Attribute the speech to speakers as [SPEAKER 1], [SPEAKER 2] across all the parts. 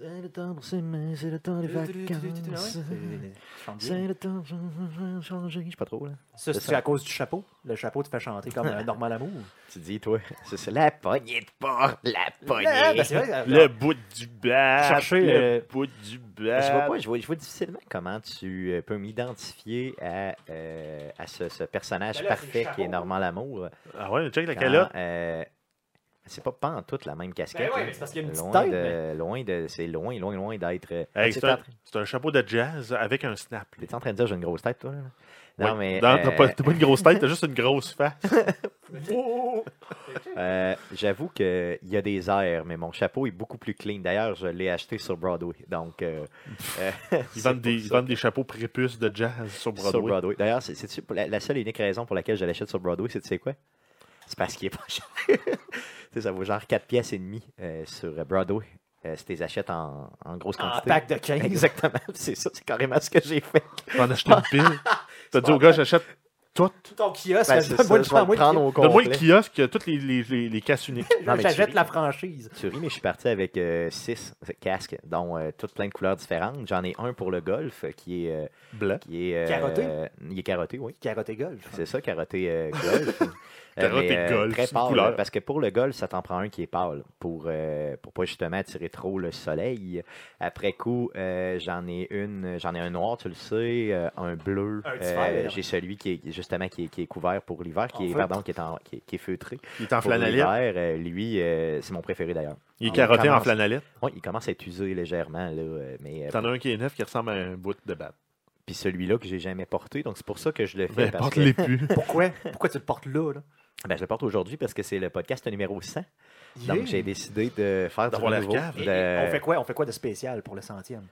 [SPEAKER 1] C'est le temps pour s'aimer, c'est le temps des vacances. C'est le temps de changer. Je sais pas trop, là.
[SPEAKER 2] Ça,
[SPEAKER 1] C'est
[SPEAKER 2] c'est
[SPEAKER 1] ça.
[SPEAKER 2] à cause du chapeau. Le chapeau te fait chanter comme
[SPEAKER 1] euh,
[SPEAKER 2] un normal amour.
[SPEAKER 1] Tu dis, toi, c'est ça, la poignée de porte, la
[SPEAKER 2] Ah,
[SPEAKER 1] poignée.
[SPEAKER 2] ben, c'est vrai,
[SPEAKER 3] Le
[SPEAKER 2] euh,
[SPEAKER 3] bout du bas.
[SPEAKER 2] Cherchez
[SPEAKER 3] le
[SPEAKER 2] le-
[SPEAKER 3] bout du
[SPEAKER 1] euh, Je vois
[SPEAKER 3] bas.
[SPEAKER 1] pas, je vois, je vois difficilement comment tu euh, peux m'identifier à, euh, à ce, ce personnage
[SPEAKER 2] Ben là, c'est le
[SPEAKER 1] parfait qui est
[SPEAKER 2] chapeau.
[SPEAKER 1] Normand Lamour.
[SPEAKER 3] Ah ouais, check la
[SPEAKER 1] Quand,
[SPEAKER 3] calotte.
[SPEAKER 1] euh, c'est pas pas en toute la même casquette.
[SPEAKER 2] Ben ouais,
[SPEAKER 1] là.
[SPEAKER 2] mais c'est parce qu'il y a une petite
[SPEAKER 1] loin
[SPEAKER 2] tête,
[SPEAKER 1] de, loin de, c'est loin, loin, loin d'être. euh,
[SPEAKER 3] Hey,
[SPEAKER 1] t'es
[SPEAKER 3] c'est
[SPEAKER 1] en
[SPEAKER 3] un,
[SPEAKER 1] train-
[SPEAKER 3] c'est un chapeau de jazz avec un snap. là.
[SPEAKER 1] t'es en train de dire j'ai une grosse tête, toi. là? Non,
[SPEAKER 3] Ouais.
[SPEAKER 1] mais.
[SPEAKER 3] Non,
[SPEAKER 1] euh,
[SPEAKER 3] t'as pas, t'as pas une grosse tête, t'as juste une grosse face.
[SPEAKER 2] Oh,
[SPEAKER 1] euh, j'avoue qu'il y a des airs, mais mon chapeau est beaucoup plus clean. D'ailleurs, je l'ai acheté sur Broadway. Donc. euh, euh,
[SPEAKER 3] Ils
[SPEAKER 1] c'est
[SPEAKER 3] vendent, des,
[SPEAKER 1] pour
[SPEAKER 3] ils
[SPEAKER 1] ça.
[SPEAKER 3] vendent des chapeaux prépuces de jazz sur Broadway.
[SPEAKER 1] Sur Broadway. D'ailleurs, c'est, c'est-tu pour la, la seule et unique raison pour laquelle je l'achète sur Broadway, c'est tu sais quoi? C'est parce qu'il est pas cher. Tu sais, ça vaut genre 4 pièces et demie euh, sur Broadway. euh, si tu les achètes en, en grosse
[SPEAKER 2] En
[SPEAKER 1] quantité.
[SPEAKER 2] pack de 15.
[SPEAKER 1] Exactement, c'est ça, c'est carrément ce que j'ai fait.
[SPEAKER 3] T'en achètes une pile. T'as dit au gars, j'achète tout.
[SPEAKER 2] Tout ton kiosque,
[SPEAKER 1] Ben,
[SPEAKER 2] je
[SPEAKER 1] c'est
[SPEAKER 2] donne-moi
[SPEAKER 1] ça,
[SPEAKER 2] le
[SPEAKER 1] je vais
[SPEAKER 2] temps,
[SPEAKER 1] le
[SPEAKER 2] moi,
[SPEAKER 1] prendre
[SPEAKER 2] le
[SPEAKER 1] au
[SPEAKER 3] Donne-moi le
[SPEAKER 1] complet.
[SPEAKER 3] kiosque, il y a toutes les, les, les, les casses uniques.
[SPEAKER 2] kiosque.
[SPEAKER 1] Non, mais tu
[SPEAKER 2] J'achète
[SPEAKER 1] ris.
[SPEAKER 2] la franchise.
[SPEAKER 1] Tu ris, mais je suis parti avec 6 casques, dont euh, toutes plein de couleurs différentes. J'en ai un pour le golf euh, qui est. euh,
[SPEAKER 3] Blanc.
[SPEAKER 1] qui est euh,
[SPEAKER 2] Carotté?
[SPEAKER 1] Il est carotté, oui.
[SPEAKER 2] Carotte et golf.
[SPEAKER 1] C'est ça, carotté euh, golf. Euh,
[SPEAKER 3] Carotté
[SPEAKER 1] mais, euh,
[SPEAKER 3] golf,
[SPEAKER 1] Très
[SPEAKER 3] c'est une
[SPEAKER 1] pâle,
[SPEAKER 3] couleur.
[SPEAKER 1] là, parce que pour le golf, ça t'en prend un qui est pâle pour, euh, pour pas justement attirer trop le soleil. Après coup, euh, j'en ai une, j'en ai un noir, tu le sais, euh, un bleu.
[SPEAKER 2] Un petit
[SPEAKER 1] Euh,
[SPEAKER 2] vert.
[SPEAKER 1] J'ai celui qui est justement qui est, qui est couvert pour l'hiver,
[SPEAKER 2] En
[SPEAKER 1] qui est
[SPEAKER 2] feutre.
[SPEAKER 1] pardon, qui est en- qui est- qui est feutré.
[SPEAKER 3] Il est en
[SPEAKER 1] Pour
[SPEAKER 3] flanalette.
[SPEAKER 1] l'hiver, euh, lui, euh, c'est mon préféré d'ailleurs.
[SPEAKER 3] Il est
[SPEAKER 1] on
[SPEAKER 3] carotté en
[SPEAKER 1] commence.
[SPEAKER 3] flanalette.
[SPEAKER 1] Oui, il commence à être usé légèrement là, euh, mais euh,
[SPEAKER 3] T'en as un qui est neuf qui ressemble à un bout de batte.
[SPEAKER 1] puis celui-là que j'ai jamais porté, donc c'est pour ça que je le fais.
[SPEAKER 3] Ben,
[SPEAKER 1] parce que-
[SPEAKER 3] porte-les plus.
[SPEAKER 2] Pourquoi? Pourquoi tu le portes là? là?
[SPEAKER 1] Ben, je le porte aujourd'hui parce que c'est le podcast numéro 100.
[SPEAKER 2] Yeah.
[SPEAKER 1] Donc, j'ai décidé de faire du
[SPEAKER 3] D'avoir la
[SPEAKER 1] renouveau.
[SPEAKER 3] cave.
[SPEAKER 2] Et-
[SPEAKER 1] de-
[SPEAKER 2] et On fait quoi? On fait quoi de spécial pour le centième?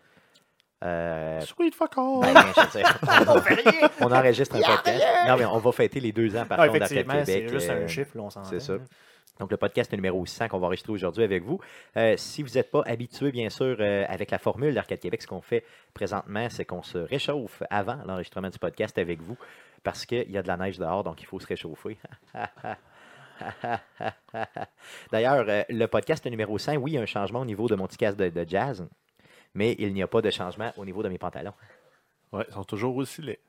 [SPEAKER 1] euh,
[SPEAKER 3] Sweet fuck all.
[SPEAKER 1] ben, je sais.
[SPEAKER 2] On fait rien!
[SPEAKER 1] on enregistre un podcast. Non, mais on va fêter les deux ans par
[SPEAKER 2] Ah,
[SPEAKER 1] contre d'Arcade
[SPEAKER 2] effectivement, c'est
[SPEAKER 1] Québec.
[SPEAKER 2] juste
[SPEAKER 1] euh,
[SPEAKER 2] un chiffre, là, on s'entend.
[SPEAKER 1] c'est ça. Donc, le podcast numéro 100 qu'on va enregistrer aujourd'hui avec vous. Euh, si vous n'êtes pas habitué, bien sûr, euh, avec la formule d'Arcade Québec, ce qu'on fait présentement, c'est qu'on se réchauffe avant l'enregistrement du podcast avec vous parce qu'il y a de la neige dehors, donc il faut se réchauffer. D'ailleurs, euh, le podcast numéro 100, oui, il y a un changement au niveau de mon petit casque de, de jazz, mais il n'y a pas de changement au niveau de mes pantalons.
[SPEAKER 3] Ouais, ils sont toujours aussi laids.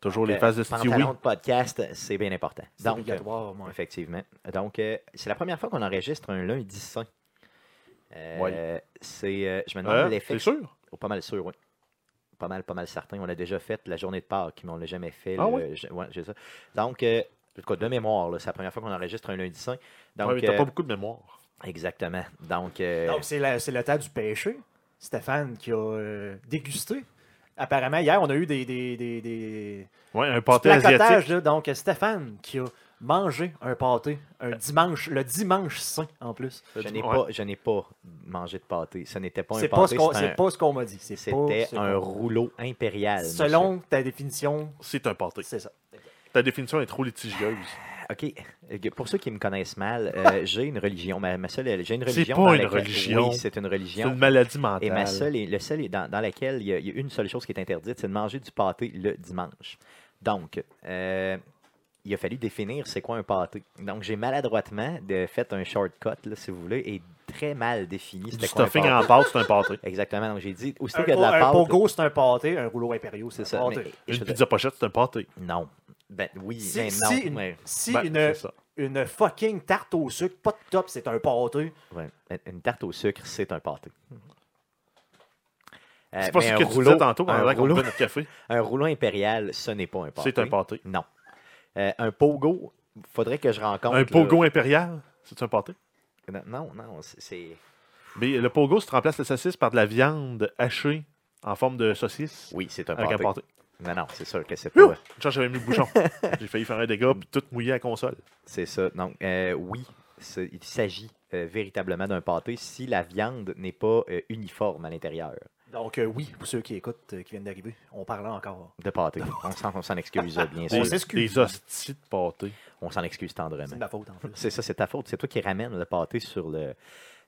[SPEAKER 3] Toujours
[SPEAKER 1] Euh,
[SPEAKER 3] les faces de Stevie.
[SPEAKER 1] pantalons de podcast, c'est bien important.
[SPEAKER 2] C'est
[SPEAKER 1] Donc,
[SPEAKER 2] obligatoire, moi.
[SPEAKER 1] Effectivement. Donc, euh, c'est la première fois qu'on enregistre un lundi saint. Euh, C'est, euh, je me demande
[SPEAKER 3] Hein?
[SPEAKER 1] l'effet.
[SPEAKER 3] C'est sûr?
[SPEAKER 1] Oh, pas mal sûr, oui. Pas mal, pas mal certain. On l'a déjà fait la journée de Pâques, mais on l'a jamais fait.
[SPEAKER 3] Ah
[SPEAKER 1] le-
[SPEAKER 3] oui?
[SPEAKER 1] je- ouais, j'ai ça. Donc, euh, en tout cas, de mémoire, là, c'est la première fois qu'on enregistre un lundi saint. Donc,
[SPEAKER 3] Ouais, mais t'as
[SPEAKER 1] euh,
[SPEAKER 3] pas beaucoup de mémoire.
[SPEAKER 1] exactement. Donc, euh,
[SPEAKER 2] Donc, c'est la- c'est le temps du péché. Stéphane qui a euh, dégusté. Apparemment, hier, on a eu des, des, des, des
[SPEAKER 3] Ouais, un
[SPEAKER 2] du
[SPEAKER 3] pâté asiatique.
[SPEAKER 2] placotage, là. Donc, Stéphane qui a mangé un pâté
[SPEAKER 1] Euh.
[SPEAKER 2] un dimanche, le dimanche saint en plus.
[SPEAKER 1] je n'ai
[SPEAKER 3] Ouais.
[SPEAKER 1] pas, je n'ai pas mangé de pâté. Ce n'était pas un
[SPEAKER 2] C'est pas,
[SPEAKER 1] pâté.
[SPEAKER 2] ce qu'on-
[SPEAKER 1] c'était
[SPEAKER 2] c'est
[SPEAKER 1] un-
[SPEAKER 2] pas ce qu'on m'a dit. C'est pas
[SPEAKER 1] C'était
[SPEAKER 2] ce
[SPEAKER 1] un
[SPEAKER 2] qu'on-
[SPEAKER 1] rouleau impérial. monsieur.
[SPEAKER 2] Selon ta définition,
[SPEAKER 3] C'est un pâté.
[SPEAKER 2] c'est ça.
[SPEAKER 3] Ta définition est trop litigieuse.
[SPEAKER 1] OK. Euh, Pour ceux qui me connaissent mal, euh, j'ai une religion. Ma, ma seule, j'ai une
[SPEAKER 3] C'est
[SPEAKER 1] religion.
[SPEAKER 3] pas
[SPEAKER 1] dans
[SPEAKER 3] une
[SPEAKER 1] laquelle-
[SPEAKER 3] religion.
[SPEAKER 1] Oui, c'est une
[SPEAKER 3] C'est
[SPEAKER 1] religion.
[SPEAKER 3] une maladie mentale.
[SPEAKER 1] Et ma seule, et le seul, dans, dans laquelle il y, a, il y a une seule chose qui est interdite, c'est de manger du pâté le dimanche. Donc, euh, il a fallu définir c'est quoi un pâté. Donc, j'ai maladroitement de- fait un shortcut, là, si vous voulez, et très mal défini
[SPEAKER 3] Du
[SPEAKER 1] c'était quoi un
[SPEAKER 3] stuffing
[SPEAKER 1] pâté.
[SPEAKER 3] en pâte, c'est un pâté.
[SPEAKER 1] Exactement. Donc, j'ai dit, aussitôt
[SPEAKER 2] Un,
[SPEAKER 1] qu'il y a de la
[SPEAKER 2] un
[SPEAKER 1] pâte,
[SPEAKER 2] pogo, c'est un pâté. Un rouleau impériaux, c'est
[SPEAKER 1] c'est
[SPEAKER 2] un
[SPEAKER 1] ça.
[SPEAKER 2] pâté.
[SPEAKER 1] mais- et je
[SPEAKER 3] Une
[SPEAKER 1] faisais-
[SPEAKER 3] pizza pochette, c'est un pâté.
[SPEAKER 1] non. Ben oui,
[SPEAKER 2] Si,
[SPEAKER 1] mais non.
[SPEAKER 2] si une-
[SPEAKER 1] mais-
[SPEAKER 2] Si
[SPEAKER 3] Ben,
[SPEAKER 2] une,
[SPEAKER 3] c'est ça.
[SPEAKER 1] euh,
[SPEAKER 2] une fucking tarte au sucre, pas de top, c'est un pâté.
[SPEAKER 1] Ouais, une- Une tarte au sucre, c'est un pâté. Euh,
[SPEAKER 3] C'est pas
[SPEAKER 1] mais
[SPEAKER 3] ce
[SPEAKER 1] un
[SPEAKER 3] que tu
[SPEAKER 1] rouleau-
[SPEAKER 3] disais tantôt
[SPEAKER 1] un
[SPEAKER 3] pendant qu'on
[SPEAKER 1] rouleau-
[SPEAKER 3] buvait notre café.
[SPEAKER 1] un rouleau impérial, ce n'est pas un pâté.
[SPEAKER 3] C'est un pâté.
[SPEAKER 1] Non. Euh, un pogo, faudrait que je rencontre.
[SPEAKER 3] Un
[SPEAKER 1] là-
[SPEAKER 3] pogo impérial, c'est un pâté.
[SPEAKER 1] Non, non, c'est- c'est.
[SPEAKER 3] Mais le pogo, si tu remplaces la saucisse par de la viande hachée en forme de saucisse
[SPEAKER 1] Oui, c'est un
[SPEAKER 3] avec un
[SPEAKER 1] pâté.
[SPEAKER 3] pâté.
[SPEAKER 1] Non, non, c'est sûr que c'est
[SPEAKER 3] Ouh! Une
[SPEAKER 1] pas.
[SPEAKER 3] chance, j'avais mis le bouchon. J'ai failli faire un dégât puis tout mouillé à la console.
[SPEAKER 1] C'est ça. Donc, euh, oui, c'est- il s'agit euh, véritablement d'un pâté si la viande n'est pas euh, uniforme à l'intérieur
[SPEAKER 2] Donc, euh, oui, pour ceux qui écoutent, euh, qui viennent d'arriver, on parle encore.
[SPEAKER 1] de pâté. On s'en, on s'en excuse, bien
[SPEAKER 3] Des,
[SPEAKER 1] sûr.
[SPEAKER 2] On s'excuse.
[SPEAKER 3] des hosties de pâté.
[SPEAKER 1] On s'en excuse
[SPEAKER 2] C'est de
[SPEAKER 1] tendrement.
[SPEAKER 2] ma faute, en plus.
[SPEAKER 1] C'est ça, c'est ta faute. C'est toi qui ramène le pâté sur le.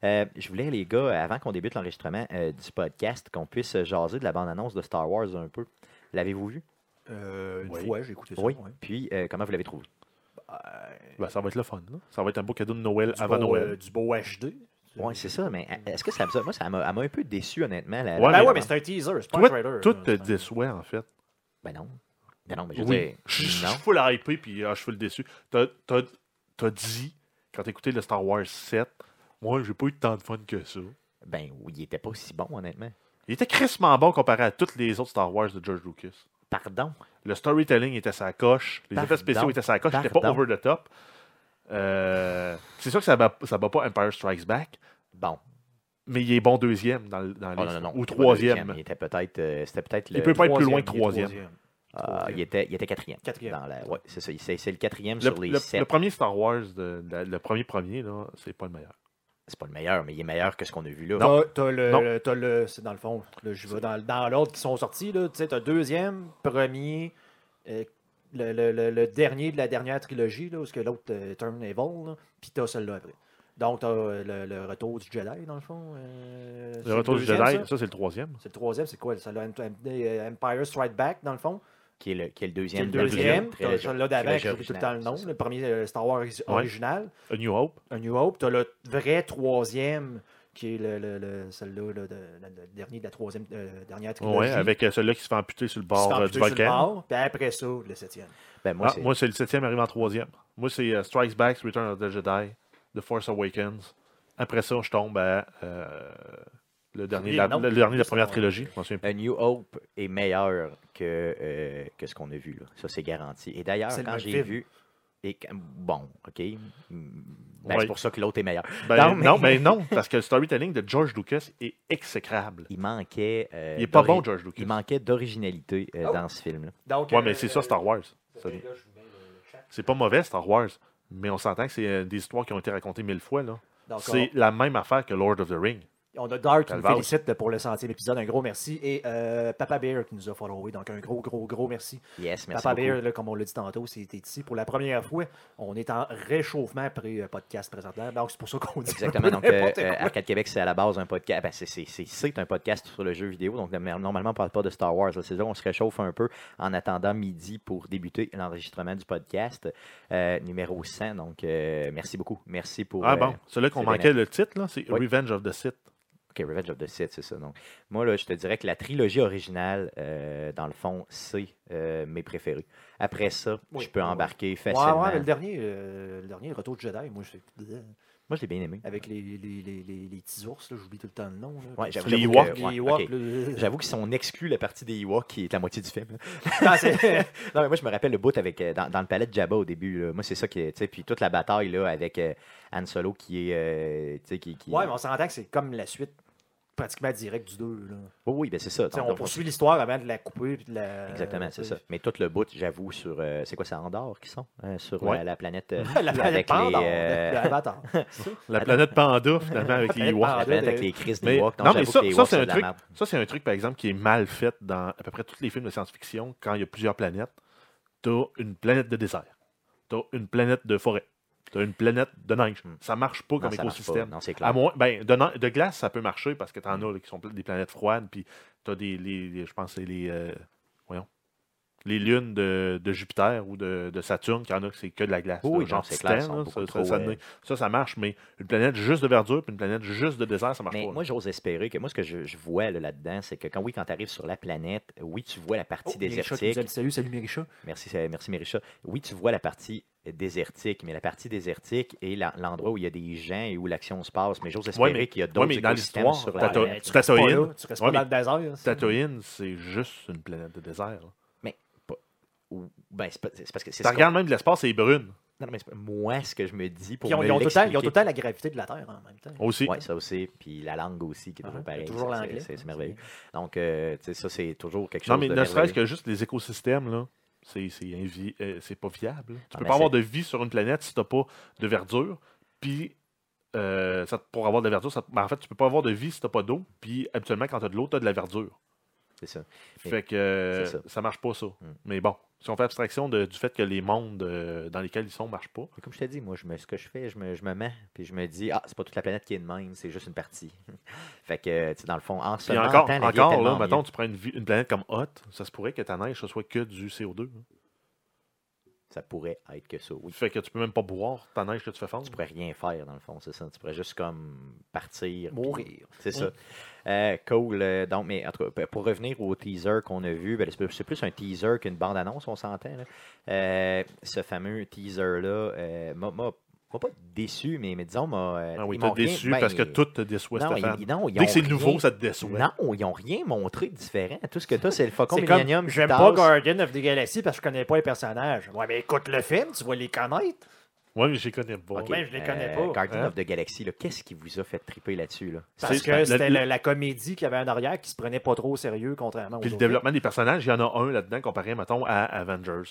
[SPEAKER 1] Euh, je voulais, les gars, avant qu'on débute l'enregistrement euh, du podcast, qu'on puisse euh, jaser de la bande-annonce de Star Wars un peu. L'avez-vous vu?
[SPEAKER 2] Euh, une
[SPEAKER 3] Oui.
[SPEAKER 2] fois, j'ai écouté ça.
[SPEAKER 1] Oui.
[SPEAKER 2] ouais.
[SPEAKER 1] Puis, euh, comment vous l'avez trouvé?
[SPEAKER 3] Ben, ça va être le fun. là. Ça va être un beau cadeau de Noël
[SPEAKER 2] Du
[SPEAKER 3] avant
[SPEAKER 2] beau,
[SPEAKER 3] Noël.
[SPEAKER 2] euh, du beau HD.
[SPEAKER 1] Oui, c'est ça, mais euh, est-ce que ça vous a- Moi, ça m'a, elle m'a un peu déçu, honnêtement. La, la-
[SPEAKER 3] Ouais,
[SPEAKER 2] Ben ouais,
[SPEAKER 1] la-
[SPEAKER 2] mais c'est un teaser, c'est pas un
[SPEAKER 3] Toi,
[SPEAKER 2] trailer.
[SPEAKER 3] tout
[SPEAKER 2] là,
[SPEAKER 3] te
[SPEAKER 2] euh, c'est pas-
[SPEAKER 3] déçoit, en fait.
[SPEAKER 1] Ben non. Ben non, mais je veux
[SPEAKER 3] Oui. Je
[SPEAKER 1] dire,
[SPEAKER 3] je
[SPEAKER 1] non.
[SPEAKER 3] suis full hypé, puis ah, je suis full déçu. T'as- T'as t'as dit, quand t'écoutais le Star Wars 7, moi, j'ai pas eu tant de fun que ça.
[SPEAKER 1] Ben oui, il était pas si bon, honnêtement.
[SPEAKER 3] Il était crissement bon comparé à toutes les autres Star Wars de George Lucas.
[SPEAKER 1] Pardon.
[SPEAKER 3] Le storytelling était sa coche, les
[SPEAKER 1] Pardon.
[SPEAKER 3] effets spéciaux étaient sa coche, c'était pas
[SPEAKER 1] Pardon.
[SPEAKER 3] over the top. Euh, c'est sûr que ça bat, ça bat pas Empire Strikes Back,
[SPEAKER 1] Bon.
[SPEAKER 3] mais il est bon deuxième dans, le- dans
[SPEAKER 1] Oh,
[SPEAKER 3] les-
[SPEAKER 1] non, non, non,
[SPEAKER 3] ou
[SPEAKER 1] c'était pas
[SPEAKER 3] troisième.
[SPEAKER 1] deuxième, Il était peut-être. euh, c'était peut-être
[SPEAKER 3] Il
[SPEAKER 1] le.
[SPEAKER 3] peut pas être plus
[SPEAKER 2] Troisième,
[SPEAKER 3] loin que
[SPEAKER 2] il est
[SPEAKER 3] troisième.
[SPEAKER 1] Ah, il, était, il était quatrième.
[SPEAKER 2] Quatrième.
[SPEAKER 1] Dans la- ouais, c'est ça. il- C'est, c'est le quatrième
[SPEAKER 3] Le,
[SPEAKER 1] sur les
[SPEAKER 3] le-
[SPEAKER 1] sept.
[SPEAKER 3] le premier Star Wars, de, la- le premier premier, là, c'est pas le meilleur.
[SPEAKER 1] C'est pas le meilleur, mais il est meilleur que ce qu'on a vu là.
[SPEAKER 2] T'as- T'as
[SPEAKER 3] Non.
[SPEAKER 2] le, t'as le c'est dans le fond, là, je vais dans, dans l'ordre qui sont sortis, là, tu sais, t'as deuxième, premier, euh, le, le- le- le dernier de la dernière trilogie, là, où ce que l'autre euh, Turn Evil, là, puis t'as celui-là après. Donc t'as euh, le, le retour du Jedi, dans le fond. euh, c'est
[SPEAKER 3] Le retour du Jedi,
[SPEAKER 2] deuxième,
[SPEAKER 3] ça,
[SPEAKER 2] ça?
[SPEAKER 3] c'est le troisième.
[SPEAKER 2] C'est le troisième, c'est quoi celui-là Em- Empire Strike Back, dans le fond.
[SPEAKER 1] Qui, est le, qui est le deuxième.
[SPEAKER 2] C'est le
[SPEAKER 1] de la
[SPEAKER 2] deuxième,
[SPEAKER 1] trilogie-
[SPEAKER 2] t'as celui-là d'avant,
[SPEAKER 1] trilogie
[SPEAKER 2] j'ai oublié tout le temps le nom,
[SPEAKER 1] originale,
[SPEAKER 2] le premier euh, Star Wars original.
[SPEAKER 3] A New Hope.
[SPEAKER 2] A New Hope. T'as le vrai troisième, qui est le, le, le- celui-là, là, de- le, le dernier de la troisième, euh, dernière trilogie.
[SPEAKER 3] Ouais, avec euh, celui-là qui se fait amputer sur le
[SPEAKER 2] qui se
[SPEAKER 3] bord
[SPEAKER 2] fait
[SPEAKER 3] euh,
[SPEAKER 2] amputer
[SPEAKER 3] du
[SPEAKER 2] sur le
[SPEAKER 3] volcan.
[SPEAKER 2] bord, Puis après ça, le septième.
[SPEAKER 1] c'est ça. Ben, moi,
[SPEAKER 3] Ah,
[SPEAKER 1] c'est-
[SPEAKER 3] moi, c'est le septième arrive en troisième. Moi, c'est euh, Strikes Back, Return of the Jedi, The Force Awakens. Après ça, je tombe à euh, le, dernier, de la,
[SPEAKER 2] les noms.
[SPEAKER 3] le dernier de la première
[SPEAKER 2] C'est-
[SPEAKER 3] trilogie. Je m'en souviens plus.
[SPEAKER 1] A New Hope est meilleur que, euh, que ce qu'on a vu là. Ça, c'est garanti. Et d'ailleurs,
[SPEAKER 2] C'est le
[SPEAKER 1] quand
[SPEAKER 2] même
[SPEAKER 1] j'ai
[SPEAKER 2] film.
[SPEAKER 1] vu. Et, quand- bon, OK. Ben,
[SPEAKER 3] Ouais.
[SPEAKER 1] C'est pour ça que l'autre est meilleur.
[SPEAKER 3] Ben,
[SPEAKER 1] Non,
[SPEAKER 3] non,
[SPEAKER 1] mais-
[SPEAKER 3] mais... non, parce que le storytelling de George Lucas est exécrable.
[SPEAKER 1] Il manquait. euh,
[SPEAKER 3] Il est pas
[SPEAKER 1] d'ori-
[SPEAKER 3] bon, George Lucas.
[SPEAKER 1] Il manquait d'originalité euh,
[SPEAKER 2] Oh.
[SPEAKER 1] dans ce film-là.
[SPEAKER 2] Donc,
[SPEAKER 3] Ouais,
[SPEAKER 2] euh,
[SPEAKER 3] mais c'est ça, Star Wars.
[SPEAKER 2] euh,
[SPEAKER 3] Ça-
[SPEAKER 2] là, je vous mets le chat.
[SPEAKER 3] C'est pas mauvais, Star Wars. Mais on s'entend que c'est euh, des histoires qui ont été racontées mille fois. là.
[SPEAKER 2] Donc,
[SPEAKER 3] C'est la même affaire que Lord of the Ring.
[SPEAKER 2] on on a Dart qui nous
[SPEAKER 3] Calvaire.
[SPEAKER 2] félicite pour le centième épisode. Un gros merci. Et euh, Papa Bear qui nous a followé. Donc, un gros, gros, gros merci.
[SPEAKER 1] Yes, merci.
[SPEAKER 2] Papa
[SPEAKER 1] beaucoup.
[SPEAKER 2] Bear, là, comme on l'a dit tantôt, c'était ici pour la première fois. On est en réchauffement pré-podcast présentement. Donc, c'est pour ça qu'on dit. un peu
[SPEAKER 1] Exactement. Donc, euh,
[SPEAKER 2] n'importe
[SPEAKER 1] euh,
[SPEAKER 2] quoi.
[SPEAKER 1] Arcade Québec, c'est à la base un podcast. Ben, c'est- c'est- c'est c'est un podcast sur le jeu vidéo. Donc, normalement, normalement, on ne parle pas de Star Wars. là. C'est là on se réchauffe un peu en attendant midi pour débuter l'enregistrement du podcast euh, numéro 100. Donc, euh, merci beaucoup. Merci pour.
[SPEAKER 3] Ah
[SPEAKER 1] euh,
[SPEAKER 3] bon, celui qu'on
[SPEAKER 1] c'est bien
[SPEAKER 3] manquait le titre, là, c'est
[SPEAKER 1] Oui.
[SPEAKER 3] Revenge of the Sith.
[SPEAKER 1] euh, OK, Revenge of the Sith, c'est ça. Donc, moi, là, je te dirais que la trilogie originale, euh, dans le fond, c'est euh, mes préférés. Après ça,
[SPEAKER 2] Oui. Ah,
[SPEAKER 1] je peux
[SPEAKER 2] Ouais.
[SPEAKER 1] embarquer
[SPEAKER 2] Ouais,
[SPEAKER 1] facilement.
[SPEAKER 2] ouais, mais le dernier, euh, le dernier Retour de Jedi, moi, je fais.
[SPEAKER 1] Moi, je l'ai bien aimé.
[SPEAKER 2] Avec les, les, les, les, les petits ours, là, j'oublie tout le temps le nom. Là,
[SPEAKER 1] Ouais, j'avoue-
[SPEAKER 3] Les
[SPEAKER 1] j'avoue
[SPEAKER 3] Ewoks.
[SPEAKER 1] que-
[SPEAKER 2] Les
[SPEAKER 1] ouais,
[SPEAKER 2] Ewoks,
[SPEAKER 1] ok.
[SPEAKER 2] là.
[SPEAKER 1] J'avoue que si on exclut la partie des Ewoks qui est la moitié du film, là,
[SPEAKER 2] Non, Ah, c'est-
[SPEAKER 1] Ah, Non, mais moi, je me rappelle le bout avec, euh, dans, dans le palais de Jabba au début. là. Moi, c'est ça qui est. tu sais, Puis toute la bataille là, avec euh, Han Solo qui est. euh, tu sais, qui, qui-
[SPEAKER 2] ouais, mais on s'entend que c'est comme la suite pratiquement directe du 2. Là.
[SPEAKER 1] Oui, oui, ben, c'est ça.
[SPEAKER 2] Tu sais,
[SPEAKER 1] Donc,
[SPEAKER 2] on
[SPEAKER 1] donc,
[SPEAKER 2] poursuit l'histoire avant de la couper. Puis de la,
[SPEAKER 1] Exactement, c'est
[SPEAKER 2] tu
[SPEAKER 1] ça.
[SPEAKER 2] sais.
[SPEAKER 1] Mais tout le bout, j'avoue, sur. euh, c'est quoi, c'est Andorre qui sont hein, Sur euh,
[SPEAKER 3] Ouais.
[SPEAKER 1] la planète. euh,
[SPEAKER 2] La planète
[SPEAKER 1] avec
[SPEAKER 2] Pandore,
[SPEAKER 1] les,
[SPEAKER 2] le-
[SPEAKER 1] euh,
[SPEAKER 2] le Avatar.
[SPEAKER 3] La planète Panda, finalement, avec les
[SPEAKER 2] planète
[SPEAKER 3] Ewoks.
[SPEAKER 1] la
[SPEAKER 2] Panda
[SPEAKER 1] planète
[SPEAKER 2] de-
[SPEAKER 1] avec les crises
[SPEAKER 3] Mais-
[SPEAKER 1] d'Ewok.
[SPEAKER 3] non, mais ça, ça, c'est
[SPEAKER 1] de
[SPEAKER 3] un
[SPEAKER 1] la
[SPEAKER 3] truc.
[SPEAKER 1] merde.
[SPEAKER 3] Ça, c'est un truc, par exemple, qui est mal fait dans à peu près tous les films de science-fiction. Quand il y a plusieurs planètes, t'as une planète de désert, t'as une planète de forêt, t'as une planète de neige.
[SPEAKER 1] Hmm.
[SPEAKER 3] Ça marche pas
[SPEAKER 1] Non,
[SPEAKER 3] comme
[SPEAKER 1] ça marche pas.
[SPEAKER 3] écosystème.
[SPEAKER 1] Non, c'est clair.
[SPEAKER 3] À moins, ben, de, ne- de glace, ça peut marcher parce que t'en as là, qui sont pla- des planètes froides, puis t'as des, les, les- je pense, que c'est les, euh, voyons, les lunes de, de Jupiter ou de, de Saturne, qu'il y en a que c'est que de la glace.
[SPEAKER 1] Oui,
[SPEAKER 3] là,
[SPEAKER 1] non,
[SPEAKER 3] genre
[SPEAKER 1] c'est clair,
[SPEAKER 3] Titan,
[SPEAKER 1] sont
[SPEAKER 3] là,
[SPEAKER 1] beaucoup
[SPEAKER 3] ça,
[SPEAKER 1] trop,
[SPEAKER 3] ça, ça
[SPEAKER 1] euh,
[SPEAKER 3] ne- ça, ça marche, mais une planète juste de verdure, puis une planète juste de désert, ça marche
[SPEAKER 1] Mais
[SPEAKER 3] pas.
[SPEAKER 1] moi, j'ose espérer que moi, ce que je, je vois là, là-dedans, c'est que quand oui, quand tu arrives sur la planète, oui, tu vois la partie
[SPEAKER 2] Oh, Mirisha qui nous
[SPEAKER 1] désertique.
[SPEAKER 2] a dit Salut, salut Mirisha.
[SPEAKER 1] Merci, euh, merci Mérisha. Oui, tu vois la partie désertique, mais la partie désertique est la- l'endroit où il y a des gens et où l'action se passe. Mais j'ose espérer
[SPEAKER 3] mais-
[SPEAKER 1] qu'il y a
[SPEAKER 3] ouais,
[SPEAKER 1] d'autres
[SPEAKER 3] mais dans
[SPEAKER 1] écosystèmes
[SPEAKER 3] l'histoire,
[SPEAKER 1] sur
[SPEAKER 3] t'as-
[SPEAKER 1] la
[SPEAKER 3] t'as-
[SPEAKER 1] planète.
[SPEAKER 2] Ben, tu restes pas
[SPEAKER 3] Tatooine.
[SPEAKER 2] là, tu restes
[SPEAKER 3] Ouais,
[SPEAKER 2] pas dans le désert. hein. ça.
[SPEAKER 3] Tatooine, c'est juste une planète de désert. là.
[SPEAKER 1] Ben, c'est pas- c'est parce que c'est
[SPEAKER 3] Ça
[SPEAKER 1] ce qu'on-
[SPEAKER 3] regarde même de l'espace, c'est brune.
[SPEAKER 1] Non, non, mais c'est pas- moi, ce que je me dis pour
[SPEAKER 2] Puis ils ont,
[SPEAKER 1] me
[SPEAKER 2] ils ont tout le temps, ils ont
[SPEAKER 1] l'expliquer-
[SPEAKER 2] tout le temps la gravité de la Terre hein, en même temps.
[SPEAKER 3] Aussi.
[SPEAKER 1] Oui, ça aussi. Puis la langue aussi, qui est
[SPEAKER 2] Ah,
[SPEAKER 1] toujours
[SPEAKER 2] hein,
[SPEAKER 1] pareil.
[SPEAKER 2] toujours
[SPEAKER 1] ça, c'est-
[SPEAKER 2] l'anglais.
[SPEAKER 1] C'est c'est merveilleux. Donc, euh, tu sais, ça, c'est toujours quelque chose
[SPEAKER 3] non, mais
[SPEAKER 1] de
[SPEAKER 3] ne serait-ce
[SPEAKER 1] merveilleux.
[SPEAKER 3] que juste les écosystèmes, là, c'est c'est invi- euh, c'est pas viable. Tu
[SPEAKER 1] Ah,
[SPEAKER 3] peux
[SPEAKER 1] mais
[SPEAKER 3] pas avoir
[SPEAKER 1] c'est-
[SPEAKER 3] de vie sur une planète si t'as pas de verdure. Puis, euh, ça, pour avoir de la verdure, ça- ben, en fait, tu peux pas avoir de vie si t'as pas d'eau. Puis, habituellement, quand t'as de l'eau, t'as de la verdure.
[SPEAKER 1] C'est ça. Mais-
[SPEAKER 3] Fait que euh,
[SPEAKER 1] c'est ça.
[SPEAKER 3] ça. marche pas, ça.
[SPEAKER 1] Mm.
[SPEAKER 3] Mais bon, si on fait abstraction de- du fait que les mondes euh, dans lesquels ils sont marchent pas,
[SPEAKER 1] Mais comme je t'ai dit, moi, je me, ce que je fais, je me, je me mets, puis je me dis, ah, c'est pas toute la planète qui est de même, c'est juste une partie. fait que, tu sais, dans le fond, en se
[SPEAKER 3] Puis encore,
[SPEAKER 1] mentant, la vie est
[SPEAKER 3] encore là,
[SPEAKER 1] tellement
[SPEAKER 3] mettons,
[SPEAKER 1] mieux.
[SPEAKER 3] tu prends une, vie- une planète comme Hot, ça se pourrait que ta neige, ce soit que du CO2. hein.
[SPEAKER 1] ça pourrait être que ça. Oui,
[SPEAKER 3] Fait que tu peux même pas boire ta neige que tu fais fondre.
[SPEAKER 1] tu pourrais rien faire, dans le fond, c'est ça. Tu pourrais juste, comme, partir. puis-
[SPEAKER 2] Mourir.
[SPEAKER 1] C'est ça. Euh, cool. Euh, Donc, mais en tout cas, p- pour revenir au teaser qu'on a vu, ben, c'est plus- c'est plus un teaser qu'une bande-annonce, on s'entend. là. Euh, ce fameux teaser-là euh, m'a- m'a m'a pas déçu, mais, mais disons, m'a. euh,
[SPEAKER 3] Ah oui,
[SPEAKER 1] ils
[SPEAKER 3] t'es
[SPEAKER 1] m'ont rien-
[SPEAKER 3] déçu
[SPEAKER 1] ben,
[SPEAKER 3] parce que tout te déçoit,
[SPEAKER 1] non,
[SPEAKER 3] Stéphane.
[SPEAKER 1] ils- non, ils
[SPEAKER 3] Dès
[SPEAKER 1] ont
[SPEAKER 3] que c'est
[SPEAKER 1] rien-
[SPEAKER 3] nouveau, ça te déçoit.
[SPEAKER 1] Non, ils n'ont rien montré de différent. Tout ce que tu as, c'est le Faucon
[SPEAKER 2] C'est comme,
[SPEAKER 1] Millennium. qui
[SPEAKER 2] j'aime pas
[SPEAKER 1] tasse.
[SPEAKER 2] Guardian of the Galaxy parce que je connais pas les personnages. Ouais, mais écoute le film, tu vas les connaître.
[SPEAKER 3] Ouais, mais je les connais pas.
[SPEAKER 1] Ok,
[SPEAKER 2] Ouais, je les connais
[SPEAKER 1] euh,
[SPEAKER 2] pas.
[SPEAKER 1] Guardian
[SPEAKER 3] Hein?
[SPEAKER 1] of the Galaxy, là, qu'est-ce qui vous a fait triper là-dessus? Là?
[SPEAKER 2] Parce
[SPEAKER 3] C'est- ben,
[SPEAKER 2] que
[SPEAKER 3] le-
[SPEAKER 2] c'était
[SPEAKER 3] le-
[SPEAKER 2] la, la comédie qu'il y avait en arrière qui se prenait pas trop au sérieux, contrairement aux
[SPEAKER 3] Puis le
[SPEAKER 2] autres
[SPEAKER 3] développement des personnages, il y en a un là-dedans comparé, mettons, à Avengers.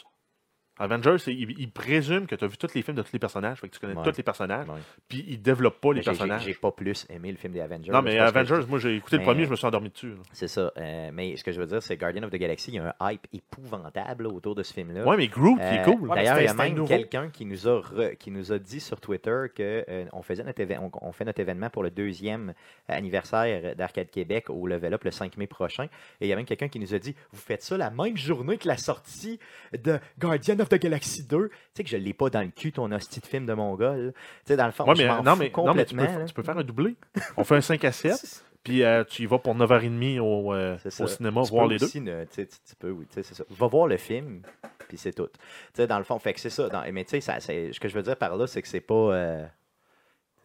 [SPEAKER 3] Avengers, c'est- il, il présume que tu as vu tous les films de tous les personnages, fait que tu connais
[SPEAKER 1] Ouais.
[SPEAKER 3] tous les personnages,
[SPEAKER 1] Ouais.
[SPEAKER 3] puis il développe pas les
[SPEAKER 1] Mais j'ai- j'ai-
[SPEAKER 3] personnages.
[SPEAKER 1] J'ai pas plus aimé le film des Avengers.
[SPEAKER 3] non, mais
[SPEAKER 1] parce que-
[SPEAKER 3] Avengers, moi j'ai écouté
[SPEAKER 1] Mais-
[SPEAKER 3] le premier, je me suis endormi dessus. là.
[SPEAKER 1] C'est ça. Euh, mais ce que je veux dire, c'est Guardian of the Galaxy, il y a un hype épouvantable là, autour de ce film-là.
[SPEAKER 3] Ouais, mais Groot, il
[SPEAKER 1] Euh,
[SPEAKER 3] est cool.
[SPEAKER 2] Ouais, mais
[SPEAKER 1] D'ailleurs, il y a
[SPEAKER 2] c'était- c'était
[SPEAKER 1] même
[SPEAKER 2] nouveau.
[SPEAKER 1] quelqu'un qui, nous a re- qui nous a dit sur Twitter que euh, on, faisait notre éve- on, on fait notre événement pour le deuxième euh, anniversaire d'Arcade Québec au Level Up le 5 mai prochain. Et il y a même quelqu'un qui nous a dit Vous faites ça la même journée que la sortie de Guardian of the Galaxy 2. Tu sais que je l'ai pas dans le cul, ton hostie de film de Mongol. Tu sais, dans le fond,
[SPEAKER 3] Ouais,
[SPEAKER 1] je
[SPEAKER 3] mais,
[SPEAKER 1] m'en
[SPEAKER 3] non,
[SPEAKER 1] fous
[SPEAKER 3] mais, non, mais tu,
[SPEAKER 1] complètement.
[SPEAKER 3] peux,
[SPEAKER 1] là.
[SPEAKER 3] tu peux faire un doublé. On fait un 5 à 7, puis euh, tu y vas pour 9h30 au, euh,
[SPEAKER 1] C'est ça.
[SPEAKER 3] au cinéma,
[SPEAKER 1] Tu
[SPEAKER 3] voir
[SPEAKER 1] peux
[SPEAKER 3] les deux.
[SPEAKER 1] aussi ne- tu, sais, tu- tu peux, oui, tu sais, c'est ça. Va voir le film, puis c'est tout. Tu sais, dans le fond, fait que c'est ça. Dans- mais tu sais, ça- c'est- ce que je veux dire par là, c'est que c'est pas. euh,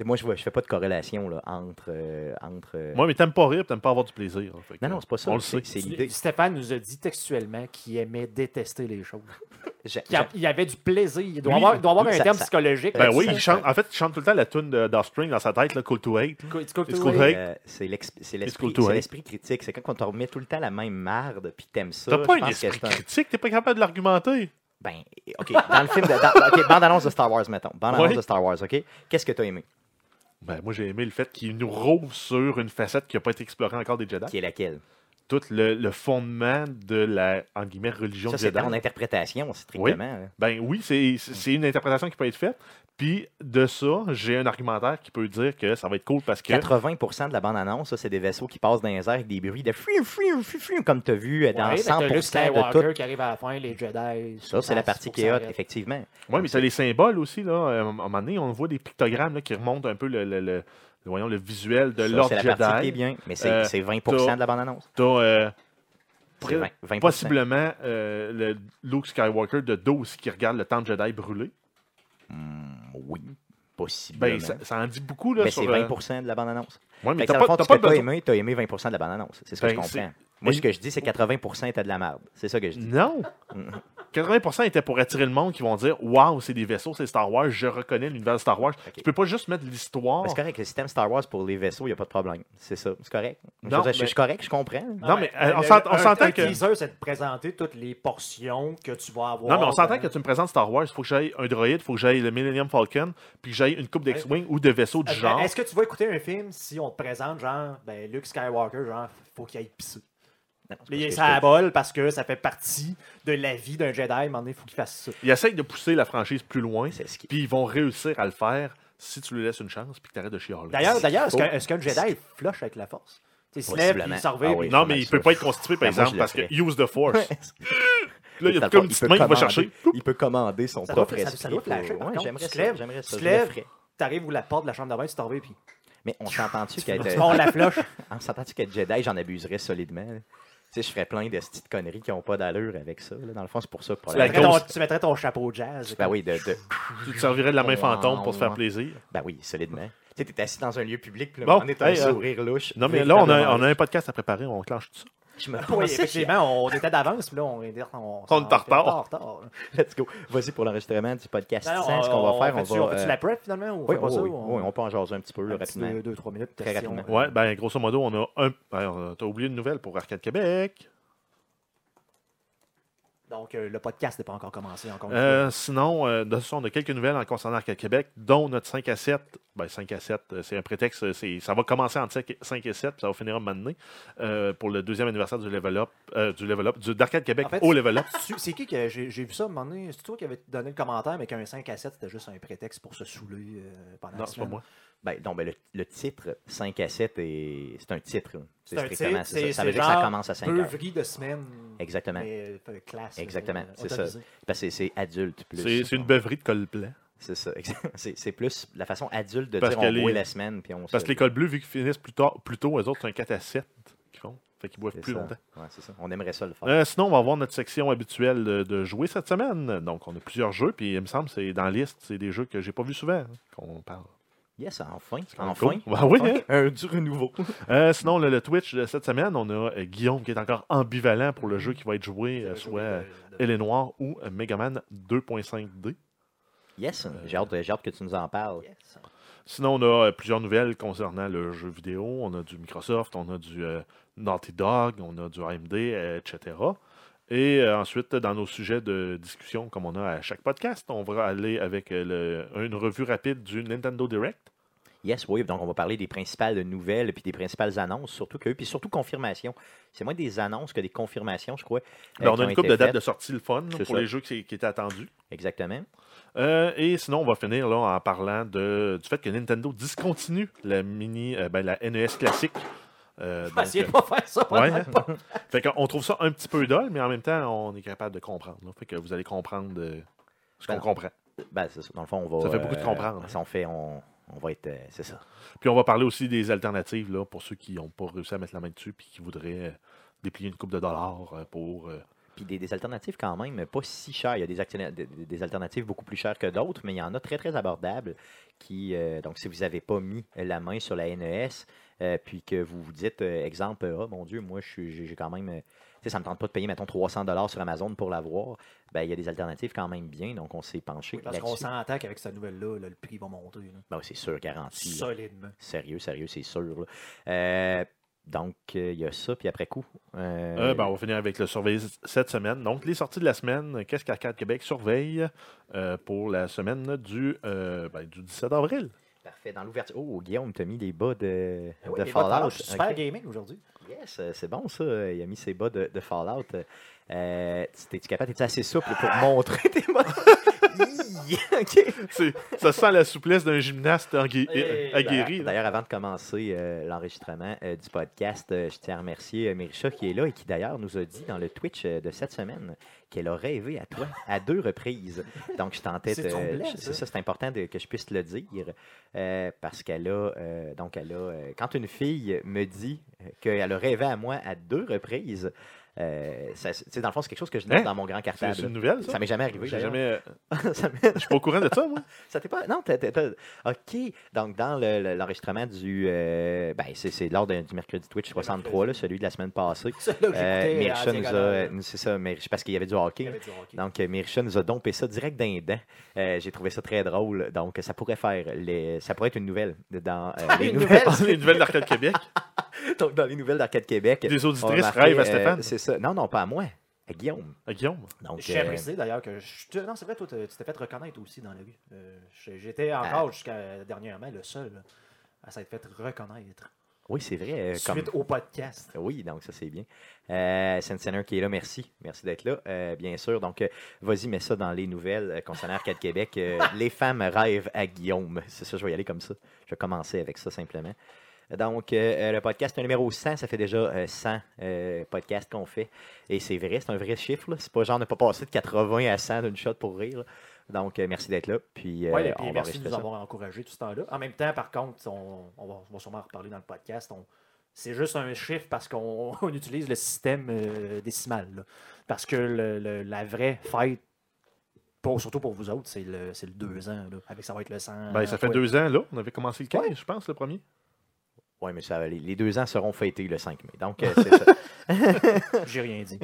[SPEAKER 1] moi, je, vois- je fais pas de corrélation là, entre. euh, entre euh,
[SPEAKER 3] Moi, mais t'aimes pas rire, t'aimes pas avoir du plaisir. hein, Fait que,
[SPEAKER 1] non, non, c'est pas ça.
[SPEAKER 3] On le
[SPEAKER 1] c'est-
[SPEAKER 3] sait.
[SPEAKER 1] C'est
[SPEAKER 2] Tu-
[SPEAKER 1] l'idée.
[SPEAKER 2] Stéphane nous a dit textuellement qu'il aimait détester les choses.
[SPEAKER 1] J'a-
[SPEAKER 2] Qu'il a- Il y avait du plaisir. Il doit
[SPEAKER 3] Lui,
[SPEAKER 2] avoir, il doit avoir
[SPEAKER 1] lui,
[SPEAKER 2] un
[SPEAKER 1] ça-
[SPEAKER 2] terme
[SPEAKER 1] ça-
[SPEAKER 2] psychologique.
[SPEAKER 3] Ben
[SPEAKER 2] là,
[SPEAKER 3] oui,
[SPEAKER 2] tu
[SPEAKER 3] il
[SPEAKER 2] sais.
[SPEAKER 3] chante. En fait, il chante tout le temps la tune de- d'Offspring dans sa tête, là, Cool to Hate. là.
[SPEAKER 2] It's cool to
[SPEAKER 3] It's cool to
[SPEAKER 2] wait.
[SPEAKER 3] hate.
[SPEAKER 1] Euh, c'est l'ex- c'est l'esprit
[SPEAKER 3] cool to
[SPEAKER 1] c'est
[SPEAKER 3] hate.
[SPEAKER 1] l'esprit critique. C'est quand on te remet tout le temps la même marde, puis t'aimes ça.
[SPEAKER 3] T'as pas
[SPEAKER 1] je pense
[SPEAKER 3] un
[SPEAKER 1] que
[SPEAKER 3] esprit
[SPEAKER 1] c'est un-
[SPEAKER 3] critique, t'es pas capable de l'argumenter.
[SPEAKER 1] Ben, OK, dans le film de. dans- OK, bande-annonce de Star Wars, mettons. Bande-annonce
[SPEAKER 3] Ouais.
[SPEAKER 1] de Star Wars, OK? Qu'est-ce que t'as aimé?
[SPEAKER 3] Ben, moi, j'ai aimé le fait qu'il nous roule sur une facette qui n'a pas été explorée encore des Jedi.
[SPEAKER 1] Qui est laquelle?
[SPEAKER 3] Tout le, le fondement de la en guillemets, religion
[SPEAKER 1] Ça,
[SPEAKER 3] Jedi.
[SPEAKER 1] c'est ton interprétation, strictement. hein. là.
[SPEAKER 3] Ben oui, c'est- c'est c'est une interprétation qui peut être faite. Puis de ça, j'ai un argumentaire qui peut dire que ça va être cool parce que.
[SPEAKER 1] 80% de la bande-annonce, ça, c'est des vaisseaux qui passent dans les airs avec des bruits de fiu, fiu, fiu, fiu, comme tu as vu euh, dans
[SPEAKER 2] Ouais, mais t'as
[SPEAKER 1] 100%
[SPEAKER 2] Luke
[SPEAKER 1] de
[SPEAKER 2] Skywalker
[SPEAKER 1] tout.
[SPEAKER 2] qui arrive à la fin, les Jedi.
[SPEAKER 1] Ça, c'est la
[SPEAKER 3] Ah,
[SPEAKER 1] partie qui est haute, effectivement.
[SPEAKER 3] Oui, mais c'est les symboles aussi. Là. Euh, À un moment donné, on voit des pictogrammes là, qui remontent un peu le, le, le- le- voyons, le visuel de
[SPEAKER 1] Ça,
[SPEAKER 3] l'ordre
[SPEAKER 1] c'est
[SPEAKER 3] Jedi.
[SPEAKER 1] la partie qui est bien, mais c'est
[SPEAKER 3] Euh,
[SPEAKER 1] c'est 20%
[SPEAKER 3] t'as-
[SPEAKER 1] de la bande-annonce.
[SPEAKER 3] T'as, euh,
[SPEAKER 1] C'est 20, 20%.
[SPEAKER 3] possiblement euh, le Luke Skywalker de dos aussi qui regarde le temple Jedi brûler.
[SPEAKER 1] Hmm, oui, possiblement.
[SPEAKER 3] Ben, ça, ça en dit beaucoup là,
[SPEAKER 1] mais
[SPEAKER 3] sur
[SPEAKER 1] Ben, c'est
[SPEAKER 3] euh,
[SPEAKER 1] 20% de la bande-annonce. Mais
[SPEAKER 3] Ouais, mais
[SPEAKER 1] dans
[SPEAKER 3] t'as
[SPEAKER 1] le
[SPEAKER 3] pas,
[SPEAKER 1] fond,
[SPEAKER 3] t'as
[SPEAKER 1] ce que
[SPEAKER 3] pas
[SPEAKER 1] t'as
[SPEAKER 3] besoin.
[SPEAKER 1] aimé, t'as aimé 20% de la bande-annonce. C'est ce que
[SPEAKER 3] Ben,
[SPEAKER 1] je comprends.
[SPEAKER 3] c'est-
[SPEAKER 1] Moi,
[SPEAKER 3] Mais-
[SPEAKER 1] ce que je dis, c'est 80% était de la merde. C'est ça que je dis.
[SPEAKER 3] Non! 80% était pour attirer le monde qui vont dire Waouh, c'est des vaisseaux, c'est Star Wars, je reconnais l'univers de Star Wars. Tu peux pas juste mettre l'histoire.
[SPEAKER 1] Mais C'est correct, le système Star Wars pour les vaisseaux, il n'y a pas de problème. C'est ça, c'est correct. Je,
[SPEAKER 3] Non, ben-
[SPEAKER 1] veux dire, je-
[SPEAKER 3] mais-
[SPEAKER 1] je suis correct, je comprends.
[SPEAKER 3] Non, mais, euh, on s'ent- on s'entend que-
[SPEAKER 2] Le teaser, c'est de présenter toutes les portions que tu vas avoir.
[SPEAKER 3] Non, mais on s'entend
[SPEAKER 2] dans-
[SPEAKER 3] que tu me présentes Star Wars, faut que j'aille un droïde, faut que j'aille le Millennium Falcon, puis que j'aille une coupe d'X-Wing ou de vaisseaux du
[SPEAKER 2] Euh,
[SPEAKER 3] genre.
[SPEAKER 2] Est-ce que tu vas écouter un film si on te présente, genre, ben, Luke Skywalker, genre, faut qu'il aille pisser?
[SPEAKER 1] Non, c'est pas
[SPEAKER 2] Là,
[SPEAKER 1] ce
[SPEAKER 2] il
[SPEAKER 1] que je
[SPEAKER 2] ça
[SPEAKER 1] te-
[SPEAKER 2] abole parce que ça fait partie de la vie d'un Jedi. À un moment donné, il faut qu'il fasse ça.
[SPEAKER 3] Ils essayent de pousser la franchise plus loin,
[SPEAKER 1] C'est ce qui-
[SPEAKER 3] puis ils vont réussir à le faire si tu lui laisses une chance, puis que t'arrêtes de chialer.
[SPEAKER 2] D'ailleurs, d'ailleurs, est-ce
[SPEAKER 1] faux.
[SPEAKER 2] qu'un est-ce qu'un Jedi est flush avec la force? Tu sais, Il se lève,
[SPEAKER 1] Possiblement.
[SPEAKER 2] il s'en revient,
[SPEAKER 1] Ah
[SPEAKER 2] puis-
[SPEAKER 1] oui.
[SPEAKER 3] Non, mais il
[SPEAKER 1] Sûrement,
[SPEAKER 3] peut pas
[SPEAKER 1] ça.
[SPEAKER 3] être constitué, par
[SPEAKER 1] Ben, moi,
[SPEAKER 3] exemple,
[SPEAKER 1] je le
[SPEAKER 3] parce que
[SPEAKER 1] ferais.
[SPEAKER 3] use the force.
[SPEAKER 1] Ouais.
[SPEAKER 3] Là, il y
[SPEAKER 1] Dans
[SPEAKER 3] a
[SPEAKER 1] le
[SPEAKER 3] comme
[SPEAKER 1] fond,
[SPEAKER 3] une
[SPEAKER 1] il
[SPEAKER 3] petite
[SPEAKER 1] peut
[SPEAKER 3] main qui va
[SPEAKER 1] commander-
[SPEAKER 3] chercher.
[SPEAKER 1] Il peut commander son
[SPEAKER 2] Ça doit
[SPEAKER 1] propre
[SPEAKER 2] fla- ça-
[SPEAKER 1] esprit.
[SPEAKER 2] ça doit
[SPEAKER 1] pour-
[SPEAKER 2] flasher, par
[SPEAKER 1] Ouais,
[SPEAKER 2] contre.
[SPEAKER 1] j'aimerais
[SPEAKER 2] Tu te
[SPEAKER 1] ça.
[SPEAKER 2] lèves,
[SPEAKER 1] J'aimerais
[SPEAKER 2] tu
[SPEAKER 1] ça.
[SPEAKER 2] te
[SPEAKER 1] je le
[SPEAKER 2] lèves.
[SPEAKER 1] ferais.
[SPEAKER 2] T'arrives où la porte de la chambre de bain, tu t'en reviens, puis
[SPEAKER 1] Mais on s'entend-tu qu'être
[SPEAKER 2] on la flush.
[SPEAKER 1] on s'entend-tu qu'être Jedi, j'en abuserais solidement. là? Tu sais, je ferais plein de petites conneries qui n'ont pas d'allure avec ça. là. Dans le fond, c'est pour ça. Pour
[SPEAKER 3] Tu
[SPEAKER 1] la-
[SPEAKER 2] Tu mettrais ton-
[SPEAKER 3] grosse-
[SPEAKER 2] Tu mettrais ton chapeau jazz.
[SPEAKER 1] Ben oui, de, de-
[SPEAKER 3] Tu te servirais de la main
[SPEAKER 1] Wow.
[SPEAKER 3] fantôme pour se faire plaisir.
[SPEAKER 1] ben oui, solidement. Tu sais, t'es assis dans un lieu public, puis là,
[SPEAKER 3] Bon,
[SPEAKER 1] on est un
[SPEAKER 3] hey, euh,
[SPEAKER 1] sourire louche.
[SPEAKER 3] Non, mais
[SPEAKER 1] Vite,
[SPEAKER 3] là, on
[SPEAKER 1] t'as
[SPEAKER 3] a,
[SPEAKER 1] demandé.
[SPEAKER 3] on a un podcast à préparer, on clenche tout ça.
[SPEAKER 1] Je me
[SPEAKER 2] Oui,
[SPEAKER 1] pensais que-
[SPEAKER 2] effectivement, on était d'avance, puis là, on est on,
[SPEAKER 3] On est en
[SPEAKER 2] fait
[SPEAKER 3] retard.
[SPEAKER 2] en retard, là.
[SPEAKER 1] Let's go. Vas-y pour l'enregistrement du podcast.
[SPEAKER 2] Alors,
[SPEAKER 1] Sans, ce qu'on va faire, on
[SPEAKER 2] fait-tu-
[SPEAKER 1] va.
[SPEAKER 2] fait-tu
[SPEAKER 1] euh,
[SPEAKER 2] la prep finalement ou on
[SPEAKER 1] oui,
[SPEAKER 2] fait pas
[SPEAKER 1] oui,
[SPEAKER 2] ça,
[SPEAKER 1] oui,
[SPEAKER 2] ou
[SPEAKER 1] oui, on peut en jaser un petit peu
[SPEAKER 2] un
[SPEAKER 1] là,
[SPEAKER 2] petit
[SPEAKER 1] rapidement.
[SPEAKER 2] deux, deux, trois minutes.
[SPEAKER 1] Très
[SPEAKER 2] question,
[SPEAKER 1] rapidement.
[SPEAKER 2] euh,
[SPEAKER 3] Ouais, ben grosso modo, on a un. ben, on a- T'as oublié une nouvelle pour Arcade Québec.
[SPEAKER 2] Donc, euh, le podcast n'est pas encore commencé, encore une
[SPEAKER 3] Euh, sinon, euh, de ça, on a quelques nouvelles en concernant Arcade Québec, dont notre 5 à 7. Ben, 5 à 7, euh, c'est un prétexte. euh, c'est- Ça va commencer en 5 et 7, puis ça va finir un moment donné, euh, pour le deuxième anniversaire du Level Up, euh, du Level Up, du- d'Arcade Québec
[SPEAKER 2] En fait,
[SPEAKER 3] au Level Up.
[SPEAKER 2] fois. Tu- C'est qui que j'ai j'ai vu ça à un moment donné? C'est toi qui avais donné le commentaire, mais qu'un 5 à 7, c'était juste un prétexte pour se saouler euh, pendant
[SPEAKER 3] Non,
[SPEAKER 2] la
[SPEAKER 3] c'est pas
[SPEAKER 2] semaine.
[SPEAKER 3] moi.
[SPEAKER 1] Ben, donc, ben, le, le titre 5 à 7, est- c'est un titre.
[SPEAKER 2] C'est un
[SPEAKER 1] strictement,
[SPEAKER 2] titre,
[SPEAKER 1] c'est ça.
[SPEAKER 2] c'est-
[SPEAKER 1] Ça veut
[SPEAKER 2] c'est
[SPEAKER 1] dire que ça
[SPEAKER 2] genre
[SPEAKER 1] commence à 5
[SPEAKER 2] Peu
[SPEAKER 1] heures.
[SPEAKER 2] vris de semaine.
[SPEAKER 1] Exactement.
[SPEAKER 2] Mais euh, classe.
[SPEAKER 1] Exactement,
[SPEAKER 2] euh,
[SPEAKER 1] c'est ça.
[SPEAKER 2] autorisée.
[SPEAKER 1] Parce que c'est adulte plus.
[SPEAKER 3] C'est c'est une beuverie de col blanc.
[SPEAKER 1] C'est ça, exact. C'est c'est plus la façon adulte de
[SPEAKER 3] Parce
[SPEAKER 1] dire
[SPEAKER 3] que
[SPEAKER 1] on
[SPEAKER 3] les-
[SPEAKER 1] boit la semaine puis on se-
[SPEAKER 3] Parce que les cols bleus, vu qu'ils finissent plus, tard, plus tôt, eux autres, c'est un 4 à 7 qu'ils font. Fait qu'ils boivent
[SPEAKER 1] C'est
[SPEAKER 3] plus
[SPEAKER 1] ça.
[SPEAKER 3] longtemps.
[SPEAKER 1] Ouais, c'est ça. On aimerait ça le faire.
[SPEAKER 3] Euh, sinon, on va avoir notre section habituelle de, de jouer cette semaine. Donc, on a plusieurs jeux, puis il me semble c'est dans la liste, c'est des jeux que j'ai pas vu souvent hein, qu'on parle.
[SPEAKER 1] Yes, enfin.
[SPEAKER 3] C'est quand même
[SPEAKER 1] Enfin.
[SPEAKER 3] cool. Ben oui,
[SPEAKER 1] Enfin,
[SPEAKER 3] hein.
[SPEAKER 1] Un du renouveau.
[SPEAKER 3] Euh, sinon, le, le Twitch de cette semaine, on a euh, Guillaume qui est encore ambivalent pour le jeu qui va être joué, euh,
[SPEAKER 2] Euh,
[SPEAKER 3] soit
[SPEAKER 2] euh,
[SPEAKER 3] euh, Elle est Noire ou euh, Megaman 2.5D.
[SPEAKER 1] Yes, j'ai hâte, j'ai hâte que tu nous en parles.
[SPEAKER 2] yes.
[SPEAKER 3] Sinon, on a euh, plusieurs nouvelles concernant le jeu vidéo. On a du Microsoft, on a du euh, Naughty Dog, on a du AMD, euh, etc. Et euh, ensuite, dans nos sujets de discussion, comme on a à chaque podcast, on va aller avec euh, le- une revue rapide du Nintendo Direct.
[SPEAKER 1] Yes, oui. Donc, on va parler des principales nouvelles puis des principales annonces, surtout que puis surtout confirmations. C'est moins des annonces que des confirmations, je crois. euh,
[SPEAKER 3] Ben, on
[SPEAKER 1] qui
[SPEAKER 3] a
[SPEAKER 1] ont
[SPEAKER 3] une
[SPEAKER 1] été
[SPEAKER 3] couple de dates de
[SPEAKER 1] faites.
[SPEAKER 3] sortie le fun
[SPEAKER 1] C'est
[SPEAKER 3] pour
[SPEAKER 1] ça.
[SPEAKER 3] les jeux qui, qui étaient attendus.
[SPEAKER 1] Exactement.
[SPEAKER 3] Euh, et sinon, on va finir là, en parlant de, du fait que Nintendo discontinue la mini, euh, ben, la NES classique. Euh,
[SPEAKER 2] Ah,
[SPEAKER 3] donc,
[SPEAKER 2] essayez de pas faire ça.
[SPEAKER 3] euh, ouais, hein. fait qu'on trouve ça un petit peu dole, mais en même temps, on est capable de comprendre. là. Fait que vous allez comprendre euh, ce qu'on
[SPEAKER 1] Ben,
[SPEAKER 3] comprend.
[SPEAKER 1] Ben, c'est ça. Dans le fond, on va. euh,
[SPEAKER 3] Ça fait beaucoup de comprendre.
[SPEAKER 1] si on fait, on, on va être. euh, c'est ça.
[SPEAKER 3] Puis on va parler aussi des alternatives là, pour ceux qui n'ont pas réussi à mettre la main dessus puis qui voudraient euh, déplier une coupe de dollars euh, pour. euh,
[SPEAKER 1] Puis des, des alternatives quand même pas si chères. Il y a des, actionna- des- des alternatives beaucoup plus chères que d'autres, mais il y en a très très abordables. Qui, euh, donc, si vous n'avez pas mis la main sur la NES, euh, puis que vous vous dites, euh, exemple, ah mon Dieu, moi je suis- j'ai j'ai quand même. euh, tu sais, ça me tente pas de payer, mettons, 300 sur Amazon pour l'avoir. Ben, il y a des alternatives quand même bien, donc on s'est penché
[SPEAKER 2] Oui, Parce qu'on
[SPEAKER 1] là-dessus.
[SPEAKER 2] s'entend qu'avec cette nouvelle-là, là, le prix va monter. là.
[SPEAKER 1] Ben, c'est sûr, garanti. là.
[SPEAKER 2] Solidement.
[SPEAKER 1] Sérieux, sérieux, c'est sûr. là. Euh, donc, euh, il y a ça, puis après coup. euh,
[SPEAKER 3] Euh, ben, on va finir avec le surveiller cette semaine. Donc, les sorties de la semaine, euh, qu'est-ce qu'Arcade Québec surveille euh, pour la semaine du, euh, ben, du 17 avril?
[SPEAKER 1] Parfait. Dans l'ouverture. Oh, Guillaume, t'as mis les bas de,
[SPEAKER 2] Ah oui,
[SPEAKER 1] de
[SPEAKER 2] les gars de
[SPEAKER 1] Fallout.
[SPEAKER 2] Fallout, je suis super
[SPEAKER 1] Ok.
[SPEAKER 2] gaming aujourd'hui.
[SPEAKER 1] Yes, euh, c'est bon ça. euh, Il a mis ses bas de, de Fallout. Euh, tu- T'es-tu capable? T'es-tu assez souple pour montrer tes bas? Hi! Ok.
[SPEAKER 3] C'est- ça sent la souplesse d'un gymnaste engui-
[SPEAKER 2] Hey, hey,
[SPEAKER 1] Eh,
[SPEAKER 2] hey,
[SPEAKER 3] aguerri. là.
[SPEAKER 1] D'ailleurs, avant de commencer euh, l'enregistrement euh, du podcast, euh, je tiens à remercier euh, Mérisha qui est là et qui d'ailleurs nous a dit dans le Twitch euh, de cette semaine qu'elle a rêvé à toi à deux reprises. Donc, je tentais
[SPEAKER 2] C'est
[SPEAKER 1] de-
[SPEAKER 2] troublant,
[SPEAKER 1] je-
[SPEAKER 2] ça.
[SPEAKER 1] C'est ça, c'est important de- que je puisse le dire euh, parce qu'elle a. euh, donc, elle a. euh, quand une fille me dit euh, qu'elle a rêvé à moi à deux reprises, euh, ça- tu sais, dans le fond, c'est quelque chose que je note
[SPEAKER 3] Hein?
[SPEAKER 1] dans mon grand
[SPEAKER 3] C'est c'est
[SPEAKER 1] cartable.
[SPEAKER 3] une nouvelle, ça?
[SPEAKER 1] Ça m'est jamais arrivé.
[SPEAKER 3] J'ai
[SPEAKER 1] d'ailleurs.
[SPEAKER 3] jamais- euh,
[SPEAKER 1] Ça m'est-
[SPEAKER 3] Je suis pas au courant de ça, moi.
[SPEAKER 1] ça t'est pas. Non, t'as- t'as- t'as- OK. Donc, dans le- le- l'enregistrement du. euh, ben, c'est c'est lors de- du mercredi Twitch 63, là, celui de la semaine passée.
[SPEAKER 2] C'est là que
[SPEAKER 1] Euh,
[SPEAKER 2] j'écoutais.
[SPEAKER 1] Mirsha
[SPEAKER 2] en
[SPEAKER 1] nous a.
[SPEAKER 2] diagonale.
[SPEAKER 1] nous- C'est ça, Mir- parce qu'il y avait du hockey.
[SPEAKER 2] Il avait du hockey.
[SPEAKER 1] Donc, euh, Mirsha nous a dompé ça direct d'un dent. Euh, J'ai trouvé ça très drôle. Donc, ça pourrait faire. Les, ça pourrait être une nouvelle dans euh, les
[SPEAKER 2] Une
[SPEAKER 1] nouvelles.
[SPEAKER 3] les nouvelles d'Arcade Québec.
[SPEAKER 1] Donc, dans les nouvelles d'Arcade Québec.
[SPEAKER 3] Des
[SPEAKER 1] on a
[SPEAKER 3] auditrices
[SPEAKER 1] marqué,
[SPEAKER 3] rêvent
[SPEAKER 1] euh,
[SPEAKER 3] à Stéphane.
[SPEAKER 1] c'est ça. Non, non, pas à moi. À Guillaume.
[SPEAKER 3] à Guillaume.
[SPEAKER 1] Donc,
[SPEAKER 2] Je tiens à
[SPEAKER 1] euh,
[SPEAKER 2] préciser d'ailleurs que je te- Non, c'est vrai, toi, t'as- tu t'es fait reconnaître aussi dans la rue. Euh, j'ai- J'étais
[SPEAKER 1] Ah.
[SPEAKER 2] encore jusqu'à dernièrement le seul à s'être fait reconnaître.
[SPEAKER 1] oui, c'est vrai. euh, comme-
[SPEAKER 2] Suite au podcast.
[SPEAKER 1] Oui, donc ça c'est bien. Euh, Sensener qui est là, merci. Merci d'être là, euh, bien sûr. Donc, euh, vas-y, mets ça dans les nouvelles euh, concernant Arcade Québec. Euh, les femmes rêvent à Guillaume. C'est ça, je vais y aller comme ça. Je vais commencer avec ça simplement. Donc, euh, euh, le podcast numéro 100, ça fait déjà euh, 100 euh, podcasts qu'on fait. Et c'est vrai, c'est un vrai chiffre. là. C'est pas genre, on n'a pas passé de 80 à 100 d'une shot pour rire. là. Donc, euh, merci d'être là. Puis, euh,
[SPEAKER 2] Ouais, et puis
[SPEAKER 1] on va
[SPEAKER 2] merci de
[SPEAKER 1] rester
[SPEAKER 2] nous
[SPEAKER 1] ça.
[SPEAKER 2] avoir encouragés tout ce temps-là. En même temps, par contre, on, on va, on va sûrement en reparler dans le podcast. on- c'est juste un chiffre parce qu'on on utilise le système euh, décimal. là. Parce que le- le- la vraie fête, pour, surtout pour vous autres, c'est le, c'est le 2 ans. là. avec ça va être le euh, 100.
[SPEAKER 3] Ben, ça fait
[SPEAKER 2] ouais.
[SPEAKER 3] deux ans, là. On avait commencé le 15, je pense, le premier.
[SPEAKER 1] Oui, mais ça, les, les deux ans seront fêtés le 5 mai. Donc, euh, c'est ça.
[SPEAKER 2] J'ai rien dit.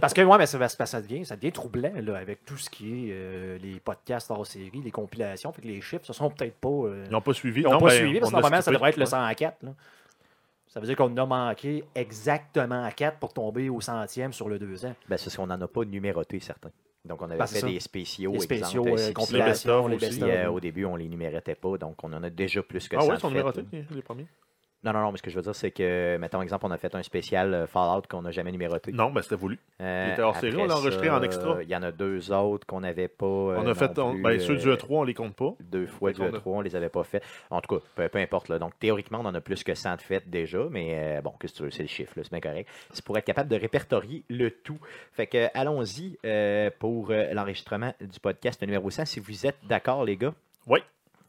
[SPEAKER 2] Parce que, ouais, mais ça, va se passer- ça devient, ça devient troublant là, avec tout ce qui est euh, les podcasts hors série, les compilations, fait que les chiffres, ce sont peut-être pas. euh,
[SPEAKER 3] Ils n'ont pas suivi.
[SPEAKER 2] ils n'ont
[SPEAKER 3] Non,
[SPEAKER 2] pas
[SPEAKER 3] ben,
[SPEAKER 2] suivi, parce que
[SPEAKER 3] on a
[SPEAKER 2] normalement, ça
[SPEAKER 3] skippé.
[SPEAKER 2] devrait être le 104. là. Ça veut dire qu'on en a manqué exactement à 4 pour tomber au centième sur le 2 ans.
[SPEAKER 1] Ben, c'est parce qu'on n'en a pas numéroté certains. Donc, on avait
[SPEAKER 2] Ben, c'est
[SPEAKER 1] fait
[SPEAKER 2] ça.
[SPEAKER 1] des spéciaux,
[SPEAKER 2] Les
[SPEAKER 1] Oh, exemple,
[SPEAKER 2] spéciaux,
[SPEAKER 1] ci,
[SPEAKER 2] euh,
[SPEAKER 1] ci,
[SPEAKER 3] Les
[SPEAKER 1] ça.
[SPEAKER 2] compilations,
[SPEAKER 3] best-of
[SPEAKER 2] les
[SPEAKER 1] Puis,
[SPEAKER 3] aussi,
[SPEAKER 2] best-of.
[SPEAKER 1] euh, au début, on les numérotait pas, donc on en a déjà plus que
[SPEAKER 3] Ah
[SPEAKER 1] ça.
[SPEAKER 3] ouais,
[SPEAKER 1] de
[SPEAKER 3] ils sont
[SPEAKER 1] fait,
[SPEAKER 3] numérotés,
[SPEAKER 1] là.
[SPEAKER 3] les premiers.
[SPEAKER 1] Non, non, non, mais ce que je veux dire, c'est que, mettons exemple, on a fait un spécial euh, Fallout qu'on n'a jamais numéroté.
[SPEAKER 3] Non, ben c'était voulu.
[SPEAKER 1] Euh,
[SPEAKER 3] Il était hors série,
[SPEAKER 1] après
[SPEAKER 3] on l'a enrestré
[SPEAKER 1] ça,
[SPEAKER 3] en extra.
[SPEAKER 1] euh, Il y en a deux autres qu'on n'avait pas. euh,
[SPEAKER 3] on a fait. on- ben, ceux du E3, on les compte pas.
[SPEAKER 1] Deux fois
[SPEAKER 3] Fait
[SPEAKER 1] du
[SPEAKER 3] qu'on a-
[SPEAKER 1] E3, on les avait pas fait. En tout cas, peu, peu importe. là. Donc, théoriquement, on en a plus que 100 de fêtes déjà, mais euh, bon, qu'est-ce que tu veux, c'est le chiffre, là, c'est bien correct. C'est pour être capable de répertorier le tout. Fait que, euh, allons-y euh, pour euh, l'enregistrement du podcast numéro 100, si vous êtes d'accord, les gars.
[SPEAKER 3] Oui.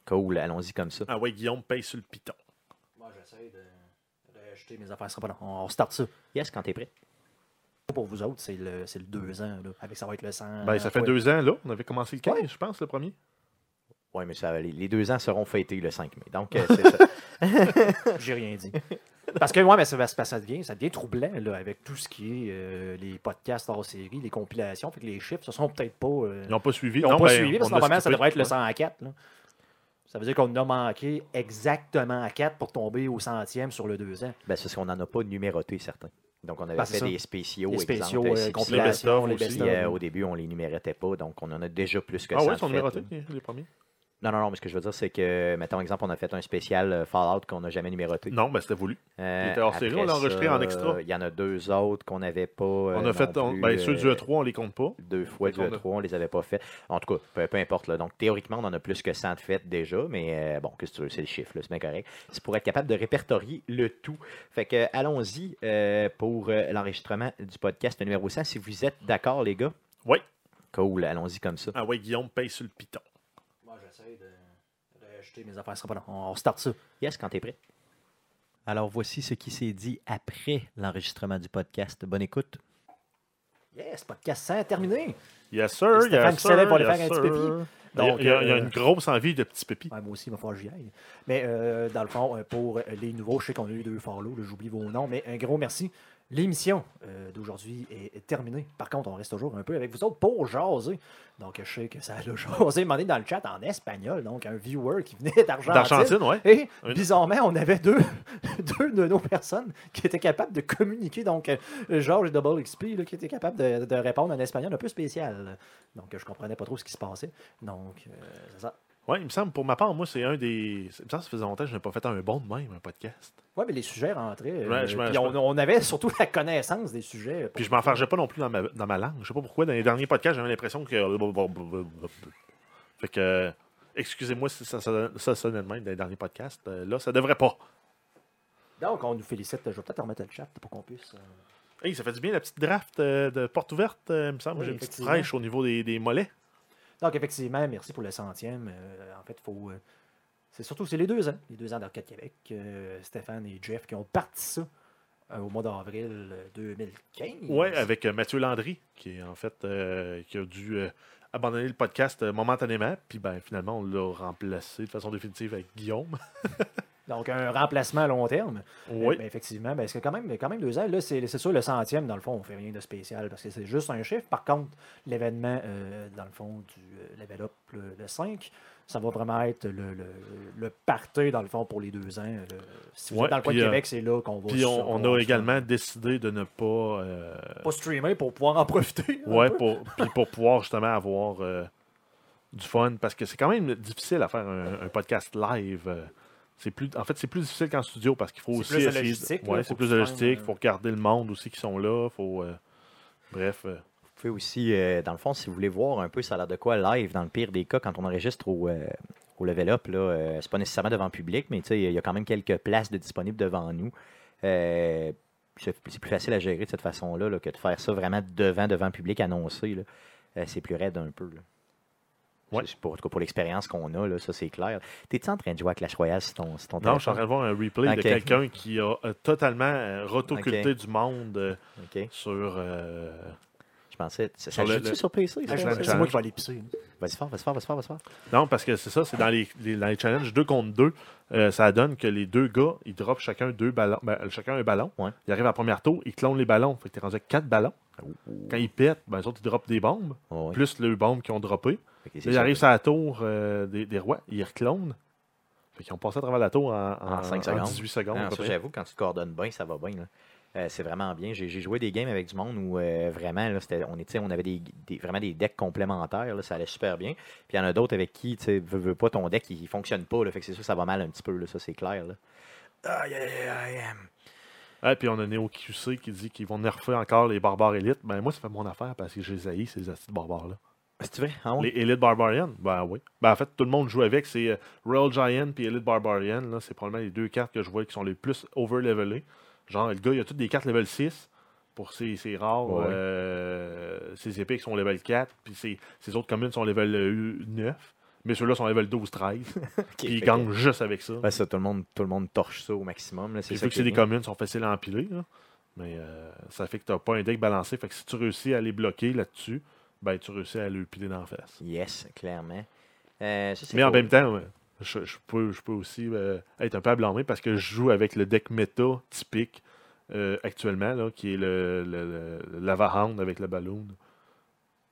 [SPEAKER 1] Cool, allons-y comme ça.
[SPEAKER 3] Ah ouais, Guillaume paye sur le piton.
[SPEAKER 2] Moi, j'essaie de, rajouter mes affaires. Ce sera pas long. On, on start ça.
[SPEAKER 1] Yes, quand t'es prêt.
[SPEAKER 2] Pour vous autres, c'est le, c'est le 2 ans. Là. Avec ça va être le 100.
[SPEAKER 3] Ben, ça fait
[SPEAKER 2] ouais.
[SPEAKER 3] deux ans, là. On avait commencé le 15, je pense, le premier.
[SPEAKER 1] Oui, mais ça, les, les deux ans seront fêtés le 5 mai. Donc, euh, c'est ça.
[SPEAKER 2] J'ai rien dit. Parce que, ouais, mais ça, va se passer- ça, devient, ça devient troublant là, avec tout ce qui est euh, les podcasts hors série, les compilations, fait que les chiffres, ce sont peut-être pas. euh,
[SPEAKER 3] Ils n'ont pas suivi.
[SPEAKER 2] Ils n'ont
[SPEAKER 3] Non,
[SPEAKER 2] pas
[SPEAKER 3] ben,
[SPEAKER 2] suivi, parce que
[SPEAKER 3] on l'a
[SPEAKER 2] normalement, ça
[SPEAKER 3] skippé. hein.
[SPEAKER 2] devrait être le 104. là. Ça veut dire qu'on en a manqué exactement à 4 pour tomber au centième sur le 2 ans.
[SPEAKER 1] Ben, c'est parce qu'on n'en a pas numéroté certains. Donc, on avait
[SPEAKER 2] Ben, c'est
[SPEAKER 1] fait
[SPEAKER 2] ça.
[SPEAKER 1] des spéciaux,
[SPEAKER 2] Les spéciaux,
[SPEAKER 1] exemple,
[SPEAKER 2] euh,
[SPEAKER 1] ci, ci,
[SPEAKER 3] Les
[SPEAKER 1] ça.
[SPEAKER 3] best-of
[SPEAKER 2] compilations, les
[SPEAKER 3] aussi,
[SPEAKER 1] Puis,
[SPEAKER 2] best-of.
[SPEAKER 1] euh, au début, on les numérotait pas, donc on en a déjà plus que
[SPEAKER 3] Ah
[SPEAKER 1] 100
[SPEAKER 3] ouais, ils sont
[SPEAKER 1] de
[SPEAKER 3] numérotés,
[SPEAKER 1] fêtes.
[SPEAKER 3] les les premiers.
[SPEAKER 1] Non, non, non, mais ce que je veux dire, c'est que, mettons exemple, on a fait un spécial euh, Fallout qu'on n'a jamais numéroté.
[SPEAKER 3] Non, ben, c'était voulu.
[SPEAKER 1] Euh,
[SPEAKER 3] il était hors série, on
[SPEAKER 1] après
[SPEAKER 3] l'a enregistré
[SPEAKER 1] ça,
[SPEAKER 3] en extra.
[SPEAKER 1] euh, Il y en a deux autres qu'on n'avait pas. euh,
[SPEAKER 3] on a fait. on- ben, ceux du E3, on les compte pas.
[SPEAKER 1] Deux fois
[SPEAKER 3] Fait
[SPEAKER 1] du
[SPEAKER 3] qu'on a-
[SPEAKER 1] E3, on les avait pas fait. En tout cas, peu, peu importe. là. Donc, théoriquement, on en a plus que 100 de fêtes déjà, mais euh, bon, qu'est-ce que tu veux, c'est le chiffre, là, c'est bien correct. C'est pour être capable de répertorier le tout. Fait que, euh, allons-y euh, pour euh, l'enregistrement du podcast numéro 100. Si vous êtes d'accord, les gars.
[SPEAKER 3] Oui.
[SPEAKER 1] Cool, allons-y comme ça.
[SPEAKER 3] Ah ouais, Guillaume paye sur le piton.
[SPEAKER 2] Moi, j'essaie de, rajouter mes affaires. Ce sera pas long. On, on start ça.
[SPEAKER 1] Yes, quand t'es prêt. Alors voici ce qui s'est dit après l'enregistrement du podcast. Bonne écoute.
[SPEAKER 2] Yes, podcast 100 terminé.
[SPEAKER 3] Yes, sir.
[SPEAKER 2] Stéphane
[SPEAKER 3] Yes,
[SPEAKER 2] qui
[SPEAKER 3] sir.
[SPEAKER 2] s'élève pour aller
[SPEAKER 3] yes,
[SPEAKER 2] faire un petit
[SPEAKER 3] sir.
[SPEAKER 2] pipi.
[SPEAKER 3] Il y a-
[SPEAKER 2] Donc,
[SPEAKER 3] il y a, il y a
[SPEAKER 2] euh,
[SPEAKER 3] une grosse envie de petit pépi.
[SPEAKER 2] Ouais, moi aussi, il va falloir que j'y aille. Mais euh, dans le fond, euh, pour euh, les nouveaux, je sais qu'on a eu deux follow, là, j'oublie vos noms, mais un gros merci. L'émission euh, d'aujourd'hui est est terminée. Par contre, on reste toujours un peu avec vous autres pour jaser. Donc, je sais que ça a jasé. demandé dans le chat en espagnol, donc un viewer qui venait d'Argentine.
[SPEAKER 3] D'Argentine, ouais.
[SPEAKER 2] Et
[SPEAKER 3] Un-
[SPEAKER 2] bizarrement, on avait deux, deux de nos personnes qui étaient capables de communiquer. Donc, euh, Georges et Double XP, là, qui étaient capables de, de répondre en espagnol un peu spécial. Donc, euh, je comprenais pas trop ce qui se passait. Donc, euh, c'est ça.
[SPEAKER 3] Ouais, il me semble, pour ma part, moi, c'est un des. Il me semble que ça faisait longtemps que je n'ai pas fait un bon de même, un podcast.
[SPEAKER 2] Oui, mais les sujets rentraient. euh,
[SPEAKER 3] Ouais, je m'en-
[SPEAKER 2] puis
[SPEAKER 3] je
[SPEAKER 2] on, on avait surtout la connaissance des sujets. euh, pour-
[SPEAKER 3] Puis je m'en fargeais pas non plus dans ma, dans ma langue. Je sais pas pourquoi. Dans les derniers podcasts, j'avais l'impression que. Fait que. Excusez-moi si ça, sonne- ça sonnait de même dans les derniers podcasts. Euh, Là, ça devrait pas.
[SPEAKER 2] Donc, on nous félicite. Je vais peut-être remettre le chat pour qu'on puisse. euh,
[SPEAKER 3] Hey, ça fait du bien la petite draft euh, de porte ouverte, euh, il me semble.
[SPEAKER 2] Oui,
[SPEAKER 3] J'ai une petite
[SPEAKER 2] effectivement.
[SPEAKER 3] fraîche au niveau des, des mollets.
[SPEAKER 2] Donc, effectivement, merci pour le centième. Euh, en fait, il faut. euh, C'est surtout c'est les deux ans, les deux ans d'Arcade Québec. euh, Stéphane et Jeff qui ont parti ça euh, au mois d'avril euh, 2015.
[SPEAKER 3] Ouais, avec euh, Mathieu Landry, qui est en fait euh, qui a dû euh, abandonner le podcast euh, momentanément. Puis ben finalement, on l'a remplacé de façon définitive avec Guillaume.
[SPEAKER 2] Donc, un remplacement à long terme.
[SPEAKER 3] oui.
[SPEAKER 2] Ben, effectivement, ben, c'est quand même, quand même deux ans. Là, c'est, c'est sûr, le centième, dans le fond, on fait rien de spécial parce que c'est juste un chiffre. Par contre, l'événement, euh, dans le fond, du euh, level up, le, le 5, ça va vraiment être le, le, le party, dans le fond, pour les deux ans. Le- si vous
[SPEAKER 3] Ouais,
[SPEAKER 2] êtes dans le coin de
[SPEAKER 3] puis, euh,
[SPEAKER 2] Québec, c'est là qu'on va
[SPEAKER 3] Puis on,
[SPEAKER 2] qu'on
[SPEAKER 3] on a
[SPEAKER 2] va-
[SPEAKER 3] également décidé de ne pas. euh,
[SPEAKER 2] pas streamer pour pouvoir en profiter. hein. un
[SPEAKER 3] ouais,
[SPEAKER 2] peu.
[SPEAKER 3] pour, puis pour pouvoir justement avoir euh, du fun. Parce que c'est quand même difficile à faire un, un podcast live. euh. C'est plus, en fait, c'est plus difficile qu'en studio parce qu'il faut
[SPEAKER 2] C'est
[SPEAKER 3] aussi.
[SPEAKER 2] plus de
[SPEAKER 3] essayer
[SPEAKER 2] logistique, là,
[SPEAKER 3] Ouais,
[SPEAKER 2] faut
[SPEAKER 3] c'est
[SPEAKER 2] que
[SPEAKER 3] plus
[SPEAKER 2] tu
[SPEAKER 3] de
[SPEAKER 2] prennes,
[SPEAKER 3] logistique.
[SPEAKER 2] euh,
[SPEAKER 3] faut regarder le monde aussi qui sont là. faut euh, Bref. euh,
[SPEAKER 1] Vous pouvez aussi, euh, dans le fond, si vous voulez voir un peu ça a l'air de quoi live, dans le pire des cas, quand on enregistre au, euh, au level up, là, euh, c'est pas nécessairement devant le public, mais tu sais, il y a quand même quelques places de disponibles devant nous. Euh, c'est c'est plus facile à gérer de cette façon-là là, que de faire ça vraiment devant, devant le public annoncé. là. Euh, c'est plus raide un peu. là.
[SPEAKER 3] Ouais.
[SPEAKER 1] C'est- Pour, en tout cas, pour l'expérience qu'on a, là, ça c'est clair. T'es-tu en train de jouer à Clash Royale sur ton, sur ton
[SPEAKER 3] Non, je suis
[SPEAKER 1] téléphone?
[SPEAKER 3] en train de voir un replay de
[SPEAKER 1] Ok.
[SPEAKER 3] quelqu'un qui a euh, totalement euh, rotoculté du monde euh,
[SPEAKER 1] Ok.
[SPEAKER 3] sur. euh,
[SPEAKER 1] Je pensais. Ça, ça
[SPEAKER 3] Sur le-
[SPEAKER 1] joue-tu
[SPEAKER 3] le-
[SPEAKER 1] sur PC? ça?
[SPEAKER 2] Ah, je
[SPEAKER 3] Ouais,
[SPEAKER 2] vais- C'est
[SPEAKER 3] challenge.
[SPEAKER 2] moi qui vais aller pisser. hein. là.
[SPEAKER 1] Vas-y fort, vas-y fort, vas-y fort, vas-y fort.
[SPEAKER 3] Non, parce que c'est ça, c'est dans les, les- dans les challenges 2 contre 2, ça donne que les deux gars, ils droppent chacun deux ballons, ben, chacun un ballon.
[SPEAKER 1] Ouais. Oh.
[SPEAKER 3] Ils arrivent à la première tour, ils clonent les ballons. Fait que t'es rendu à 4 ballons. Quand ils pètent, ben, les autres, ils droppent des bombes,
[SPEAKER 1] Ouais, ouais.
[SPEAKER 3] plus les bombes qu'ils ont droppées.
[SPEAKER 1] Fait que c'est
[SPEAKER 3] Là, ils
[SPEAKER 1] ça.
[SPEAKER 3] arrivent sur la tour euh, des, des rois, ils reclonent. Fait qu'ils ont passé à travers la tour en,
[SPEAKER 1] En cinq secondes.
[SPEAKER 3] 18 secondes.
[SPEAKER 1] Non,
[SPEAKER 3] à peu
[SPEAKER 1] ça,
[SPEAKER 3] près.
[SPEAKER 1] j'avoue, quand tu te coordonnes bien, ça va bien. là. Euh, c'est vraiment bien. J'ai j'ai joué des games avec du monde où euh, vraiment, là, c'était- on, était, on avait des, des- vraiment des decks complémentaires. là, ça allait super bien. Puis il y en a d'autres avec qui, tu sais, veux, veux pas, ton deck, il, il fonctionne pas. Là, fait que c'est sûr que ça va mal un petit peu. là, ça, c'est clair. là. Aïe, aïe, aïe, aïe.
[SPEAKER 3] Ah, puis on a Néo QC qui dit qu'ils vont nerfer encore les barbares élites. Ben moi, ça fait mon affaire parce que j'ai les haïs, ces astuces barbares-là.
[SPEAKER 1] C'est vrai? Ah ouais?
[SPEAKER 3] Les Elite Barbarian, ben oui. Ben en fait, tout le monde joue avec. C'est euh, Royal Giant puis Elite Barbarian. Là, c'est probablement les deux cartes que je vois qui sont les plus overlevelées. Genre, le gars, il a toutes des cartes level 6 pour ses, ses rares.
[SPEAKER 1] Ouais.
[SPEAKER 3] euh, ses épées qui sont level 4. Puis ses, ses autres communes sont level euh, 9. Mais ceux-là sont level 12-13.
[SPEAKER 1] Ok,
[SPEAKER 3] puis ils
[SPEAKER 1] fait
[SPEAKER 3] gagnent juste avec ça.
[SPEAKER 1] que- Ouais, ça, tout, le monde, tout le monde torche ça au maximum. là, C'est
[SPEAKER 3] Puis
[SPEAKER 1] ça
[SPEAKER 3] vu que
[SPEAKER 1] qui
[SPEAKER 3] c'est
[SPEAKER 1] est
[SPEAKER 3] des
[SPEAKER 1] bien.
[SPEAKER 3] communes, elles sont faciles à empiler. là. Mais euh, ça fait que tu n'as pas un deck balancé. Fait que si tu réussis à les bloquer là-dessus, ben tu réussis à le piler d'en face.
[SPEAKER 1] Yes, clairement. Euh, ça, c'est
[SPEAKER 3] Mais en
[SPEAKER 1] cool.
[SPEAKER 3] même temps, ouais, je, je peux, je peux aussi euh, être un peu à blâmer parce que je joue avec le deck méta typique euh, actuellement, là, qui est le, le- le Lava Hound avec le ballon.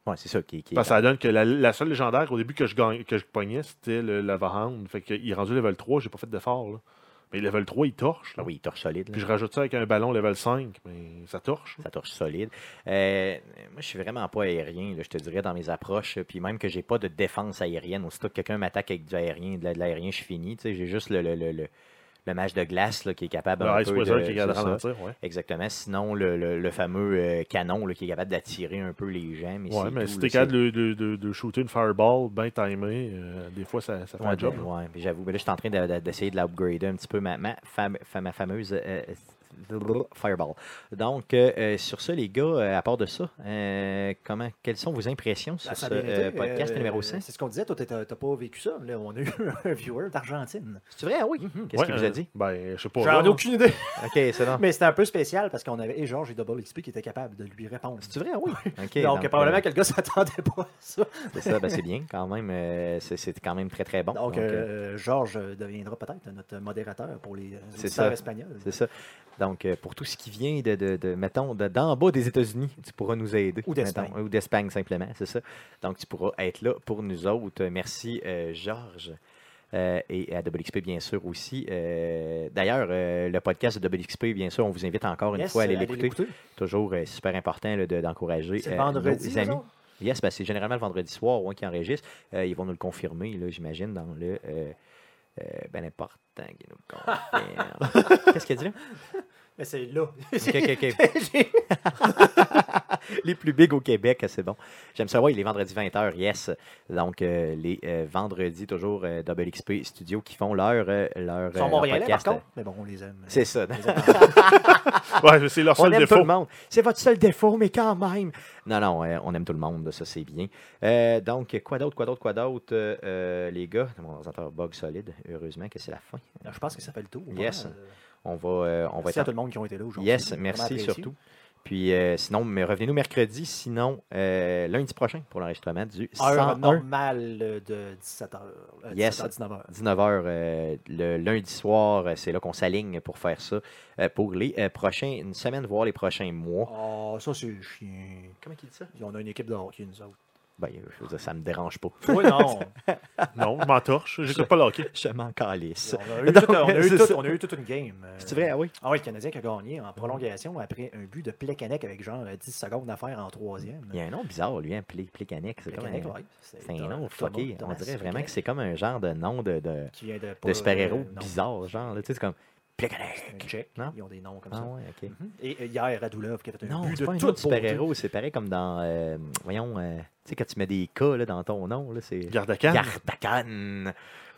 [SPEAKER 1] Ouais, c'est ça qui, qui est-
[SPEAKER 3] Parce que ça donne que la, la seule légendaire au début que je, gagne, que je pognais, c'était le Lava Hound. Fait qu'il est rendu level 3, j'ai pas fait d'effort. là. Mais level 3, il torche. là.
[SPEAKER 1] Ah oui, il torche solide. là.
[SPEAKER 3] Puis je rajoute ça avec un ballon level 5, mais ça torche. là.
[SPEAKER 1] Ça torche solide. Euh, moi, je suis vraiment pas aérien, là, je te dirais, dans mes approches. euh, Puis même que j'ai pas de défense aérienne. Aussitôt que quelqu'un m'attaque avec du aérien, de la- de l'aérien, je suis fini. Tu sais, J'ai juste le, le, le, le- le match de glace là, qui est capable un
[SPEAKER 3] Le Ice
[SPEAKER 1] peu
[SPEAKER 3] Wizard
[SPEAKER 1] de-
[SPEAKER 3] qui est capable de
[SPEAKER 1] c'est ça.
[SPEAKER 3] ralentir, ouais.
[SPEAKER 1] Exactement. Sinon, le, le- le fameux euh, canon là, qui est capable d'attirer un peu les gens. Mais
[SPEAKER 3] Ouais,
[SPEAKER 1] c'est
[SPEAKER 3] mais
[SPEAKER 1] tout,
[SPEAKER 3] si
[SPEAKER 1] là,
[SPEAKER 3] t'es
[SPEAKER 1] c'est-
[SPEAKER 3] capable de, de- de- de shooter une fireball bien timée, euh, des fois ça, ça fait
[SPEAKER 1] Ouais,
[SPEAKER 3] un job.
[SPEAKER 1] ben,
[SPEAKER 3] là.
[SPEAKER 1] ouais, puis j'avoue. Mais là, je suis en train de- de- d'essayer de, l'upgrader un petit peu, ma, ma, fam- fa- ma fameuse euh, euh, Fireball. Donc, euh, euh, sur ça, les gars, euh, à part de ça, euh, comment, quelles sont vos impressions sur
[SPEAKER 2] Ah, ça a
[SPEAKER 1] ce
[SPEAKER 2] bien été,
[SPEAKER 1] euh, podcast
[SPEAKER 2] euh,
[SPEAKER 1] numéro 5
[SPEAKER 2] C'est ce qu'on disait, toi, t'es- t'as t'as pas vécu ça. Là. On a eu un viewer d'Argentine.
[SPEAKER 1] C'est vrai, ah oui. Qu'est-ce qu'il
[SPEAKER 3] Ouais,
[SPEAKER 1] vous a
[SPEAKER 3] euh,
[SPEAKER 1] dit
[SPEAKER 3] Ben, je sais pas.
[SPEAKER 2] J'en
[SPEAKER 3] là.
[SPEAKER 2] ai aucune idée.
[SPEAKER 1] Ok, c'est bon.
[SPEAKER 2] Mais c'était un peu spécial parce qu'on avait et Georges et Double XP qui étaient capables de lui répondre.
[SPEAKER 1] C'est vrai, ah oui. Ok,
[SPEAKER 2] donc,
[SPEAKER 1] donc,
[SPEAKER 2] probablement
[SPEAKER 1] euh,
[SPEAKER 2] que le gars s'attendait pas à ça.
[SPEAKER 1] c'est ça, ben, c'est bien quand même. euh, c'est- c'est quand même très très bon.
[SPEAKER 2] Donc,
[SPEAKER 1] donc, euh,
[SPEAKER 2] euh, Georges euh, deviendra peut-être notre modérateur pour les euh,
[SPEAKER 1] C'est
[SPEAKER 2] auditeurs
[SPEAKER 1] ça.
[SPEAKER 2] espagnols.
[SPEAKER 1] c'est ça. Donc, euh, pour tout ce qui vient de, de- de- mettons, de- d'en bas des États-Unis, tu pourras nous aider.
[SPEAKER 2] Ou d'Espagne.
[SPEAKER 1] mettons, Ou d'Espagne, simplement, c'est ça. Donc, tu pourras être là pour nous autres. Merci, euh, Georges. euh, et à WXP, bien sûr, aussi. Euh, D'ailleurs, euh, le podcast de WXP, bien sûr, on vous invite encore une
[SPEAKER 2] Yes,
[SPEAKER 1] fois à aller
[SPEAKER 2] allez
[SPEAKER 1] l'écouter. Toujours euh, super important là, de- d'encourager
[SPEAKER 2] C'est le
[SPEAKER 1] euh,
[SPEAKER 2] vendredi.
[SPEAKER 1] nos
[SPEAKER 2] nous
[SPEAKER 1] amis.
[SPEAKER 2] autres?
[SPEAKER 1] Yes, ben, c'est généralement le vendredi soir qui enregistre. Euh, ils vont nous le confirmer, là, j'imagine, dans le. euh, euh, ben, n'importe. hein, qu'ils nous le confirment. Qu'est-ce qu'elle dit là?
[SPEAKER 2] Mais c'est là.
[SPEAKER 1] Ok, ok, ok.
[SPEAKER 2] J'ai-
[SPEAKER 1] les plus bigs au Québec, c'est bon. J'aime ça, oui, les vendredis 20h, yes. Donc, euh, les euh, vendredis, toujours euh, XP Studio qui font leur, euh, leur,
[SPEAKER 2] Ils sont
[SPEAKER 1] euh,
[SPEAKER 2] montréalais, par
[SPEAKER 1] podcast.
[SPEAKER 2] contre. Mais bon, on les aime.
[SPEAKER 1] C'est ça.
[SPEAKER 2] On les aime.
[SPEAKER 3] Ouais, mais c'est leur
[SPEAKER 1] On
[SPEAKER 3] seul
[SPEAKER 1] aime
[SPEAKER 3] défaut.
[SPEAKER 1] tout le monde. C'est votre seul défaut, mais quand même. Non, non, euh, on aime tout le monde, ça c'est bien. Euh, donc, quoi d'autre, quoi d'autre, quoi d'autre, euh, euh, les gars? Mon ordinateur bug solide, heureusement que c'est la fin.
[SPEAKER 2] Je pense que ça fait le tour.
[SPEAKER 1] Yes.
[SPEAKER 2] Voilà.
[SPEAKER 1] On va, euh, on va
[SPEAKER 2] Merci
[SPEAKER 1] être
[SPEAKER 2] à tout le monde qui ont été là aujourd'hui.
[SPEAKER 1] Yes,
[SPEAKER 2] Vraiment
[SPEAKER 1] merci
[SPEAKER 2] apprécié.
[SPEAKER 1] surtout. Puis euh, sinon, mais revenez-nous mercredi, sinon euh, lundi prochain pour l'enregistrement du
[SPEAKER 2] Heure
[SPEAKER 1] 101
[SPEAKER 2] normale de euh, 17h.
[SPEAKER 1] Yes.
[SPEAKER 2] 19h.
[SPEAKER 1] 19h euh, le lundi soir. euh, C'est là qu'on s'aligne pour faire ça euh, pour les euh, prochaines semaines, voire les prochains mois.
[SPEAKER 2] Oh, ça, c'est chiant.
[SPEAKER 1] Comment il dit ça?
[SPEAKER 2] On a une équipe de hockey, nous autres.
[SPEAKER 1] Ben, euh, je veux dire, ça me dérange pas.
[SPEAKER 2] Oui, non.
[SPEAKER 3] Non, je m'entorche. J'écoute pas le hockey.
[SPEAKER 1] Je m'en calisse.
[SPEAKER 2] on, a eu tout- on, a eu
[SPEAKER 1] c'est
[SPEAKER 2] tout-
[SPEAKER 1] ça.
[SPEAKER 2] on a eu toute une game. euh,
[SPEAKER 1] C'est vrai, Mm. ah oui?
[SPEAKER 2] Ah oui, le Canadien qui a gagné en prolongation après un but de Plekanec avec genre euh, 10 secondes à faire en troisième.
[SPEAKER 1] Il y a un nom bizarre, lui, hein, Plé- Plékanek. C'est comme
[SPEAKER 2] Plekanec,
[SPEAKER 1] un-
[SPEAKER 2] ouais.
[SPEAKER 1] c'est un nom
[SPEAKER 2] Thomas-
[SPEAKER 1] fucké.
[SPEAKER 2] Thomas
[SPEAKER 1] On dirait vraiment
[SPEAKER 2] Plekanec
[SPEAKER 1] que c'est comme un genre de nom de, de,
[SPEAKER 2] qui vient de,
[SPEAKER 1] de super-héros
[SPEAKER 2] euh, non,
[SPEAKER 1] bizarre. Genre, là, tu sais, c'est comme Plékanek.
[SPEAKER 2] un Tchèque.
[SPEAKER 1] Non?
[SPEAKER 2] Ils ont des noms comme
[SPEAKER 1] Ah
[SPEAKER 2] ça.
[SPEAKER 1] ouais, ok.
[SPEAKER 2] Mhm. Et euh, hier, Radulov qui a fait un
[SPEAKER 1] Non,
[SPEAKER 2] but
[SPEAKER 1] c'est pas un nom Ben, de
[SPEAKER 2] de toute beauté.
[SPEAKER 1] super-héros, c'est pareil comme dans, euh, voyons, euh, tu sais, quand tu mets des K là, dans ton nom, là, c'est
[SPEAKER 3] Gardakan.
[SPEAKER 1] Gardakan. Tu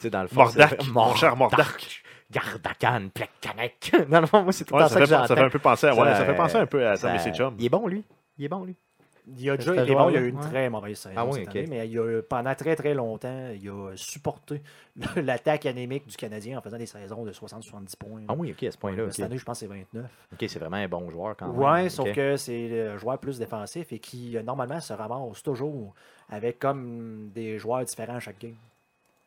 [SPEAKER 1] sais, dans le fond,
[SPEAKER 3] Mordac.
[SPEAKER 1] c'est-
[SPEAKER 3] Mon cher Mordac.
[SPEAKER 1] Gardakan, Plekkanek. Dans le fond, moi, c'est tout le
[SPEAKER 3] Ouais,
[SPEAKER 1] temps
[SPEAKER 3] ça,
[SPEAKER 1] ça,
[SPEAKER 3] fait,
[SPEAKER 1] que
[SPEAKER 3] ça fait
[SPEAKER 1] j'entends.
[SPEAKER 3] un peu penser à, ouais,
[SPEAKER 1] Ça,
[SPEAKER 3] ça fait penser un peu à
[SPEAKER 1] Ça-
[SPEAKER 3] Tom et ses chums.
[SPEAKER 1] Il est bon, lui. Il est bon, lui.
[SPEAKER 2] Il y a
[SPEAKER 1] C'est
[SPEAKER 2] déjà
[SPEAKER 1] ce
[SPEAKER 2] été bon, il y a
[SPEAKER 1] joueur-là,
[SPEAKER 2] eu une
[SPEAKER 1] ouais.
[SPEAKER 2] très mauvaise saison
[SPEAKER 1] Ah oui,
[SPEAKER 2] cette
[SPEAKER 1] ok.
[SPEAKER 2] année, mais il a, pendant très très longtemps, il a supporté le- l'attaque anémique du Canadien en faisant des saisons de 60-70 points.
[SPEAKER 1] Ah oui, ok, à ce point-là.
[SPEAKER 2] Mais
[SPEAKER 1] Ok,
[SPEAKER 2] Cette année, je pense que c'est 29.
[SPEAKER 1] Ok, c'est vraiment un bon joueur quand même.
[SPEAKER 2] Ouais,
[SPEAKER 1] Ok.
[SPEAKER 2] sauf que c'est le joueur plus défensif et qui euh, normalement se ramasse toujours avec comme des joueurs différents à chaque game.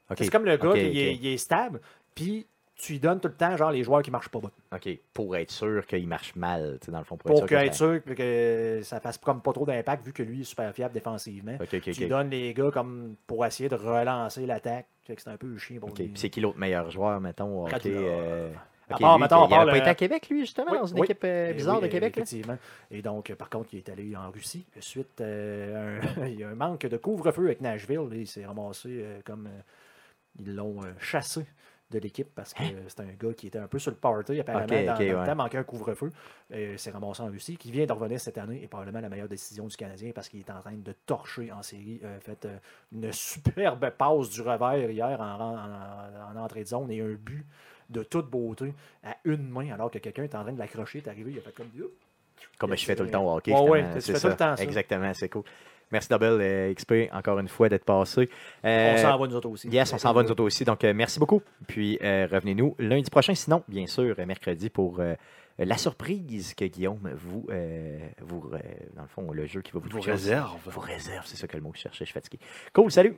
[SPEAKER 1] Ok,
[SPEAKER 2] C'est comme le gars
[SPEAKER 1] ok,
[SPEAKER 2] qui est,
[SPEAKER 1] ok,
[SPEAKER 2] il est stable, puis tu lui donnes tout le temps genre les joueurs qui marchent pas bien.
[SPEAKER 1] ok, pour être sûr qu'il marche mal, tu sais, dans le fond. Pour,
[SPEAKER 2] Pour que-
[SPEAKER 1] que-
[SPEAKER 2] être sûr que- que ça fasse comme pas trop d'impact vu que lui est super fiable défensivement.
[SPEAKER 1] Ok, ok,
[SPEAKER 2] Tu lui
[SPEAKER 1] ok.
[SPEAKER 2] donnes les gars comme pour essayer de relancer l'attaque. Fait que c'est un peu chiant pour
[SPEAKER 1] Ok,
[SPEAKER 2] lui.
[SPEAKER 1] puis c'est qui l'autre meilleur joueur, mettons au hockey,
[SPEAKER 2] Radulov.
[SPEAKER 1] euh,
[SPEAKER 2] À
[SPEAKER 1] ok,
[SPEAKER 2] part,
[SPEAKER 1] lui,
[SPEAKER 2] mettons, à
[SPEAKER 1] il avait
[SPEAKER 2] part
[SPEAKER 1] pas
[SPEAKER 2] le-
[SPEAKER 1] été à Québec, lui, justement,
[SPEAKER 2] Oui,
[SPEAKER 1] dans une
[SPEAKER 2] oui.
[SPEAKER 1] équipe euh,
[SPEAKER 2] Eh
[SPEAKER 1] bizarre
[SPEAKER 2] oui,
[SPEAKER 1] de
[SPEAKER 2] euh,
[SPEAKER 1] Québec. là.
[SPEAKER 2] Effectivement. Et donc, euh, par contre, il est allé en Russie suite euh, à un, il y a un manque de couvre-feu avec Nashville. là. il s'est ramassé euh, comme euh, ils l'ont euh, chassé de l'équipe parce que c'est un gars qui était un peu sur le party apparemment
[SPEAKER 1] Hein? Ok,
[SPEAKER 2] dans,
[SPEAKER 1] ok,
[SPEAKER 2] dans le
[SPEAKER 1] ouais.
[SPEAKER 2] temps, manquait un couvre-feu. Euh, s'est ramassé en Russie, qui vient de revenir cette année et probablement la meilleure décision du Canadien parce qu'il est en train de torcher en série. Euh, fait euh, une superbe passe du revers hier en, en- en- en entrée de zone et un but de toute beauté à une main alors que quelqu'un est en train de l'accrocher, est arrivé, il a fait comme
[SPEAKER 1] Euh,
[SPEAKER 2] Oups!
[SPEAKER 1] Comme je fais tout le temps au hockey.
[SPEAKER 2] Ouais, ouais,
[SPEAKER 1] finalement,
[SPEAKER 2] tu
[SPEAKER 1] c'est
[SPEAKER 2] fais tout
[SPEAKER 1] ça.
[SPEAKER 2] le temps ça.
[SPEAKER 1] Exactement, c'est cool. Merci Double euh, XP encore une fois d'être passé. Euh,
[SPEAKER 2] On s'en va nous autres aussi.
[SPEAKER 1] Yes, on s'en va nous autres aussi. Donc, euh, merci beaucoup. Puis, euh, revenez-nous lundi prochain. Sinon, bien sûr, euh, mercredi pour euh, la surprise que Guillaume vous, euh, vous euh, dans le fond, le jeu qui va vous, toucher.
[SPEAKER 3] réserve.
[SPEAKER 1] Vous réserve, c'est ça que le mot que je cherchais. Je suis fatigué. Cool, salut!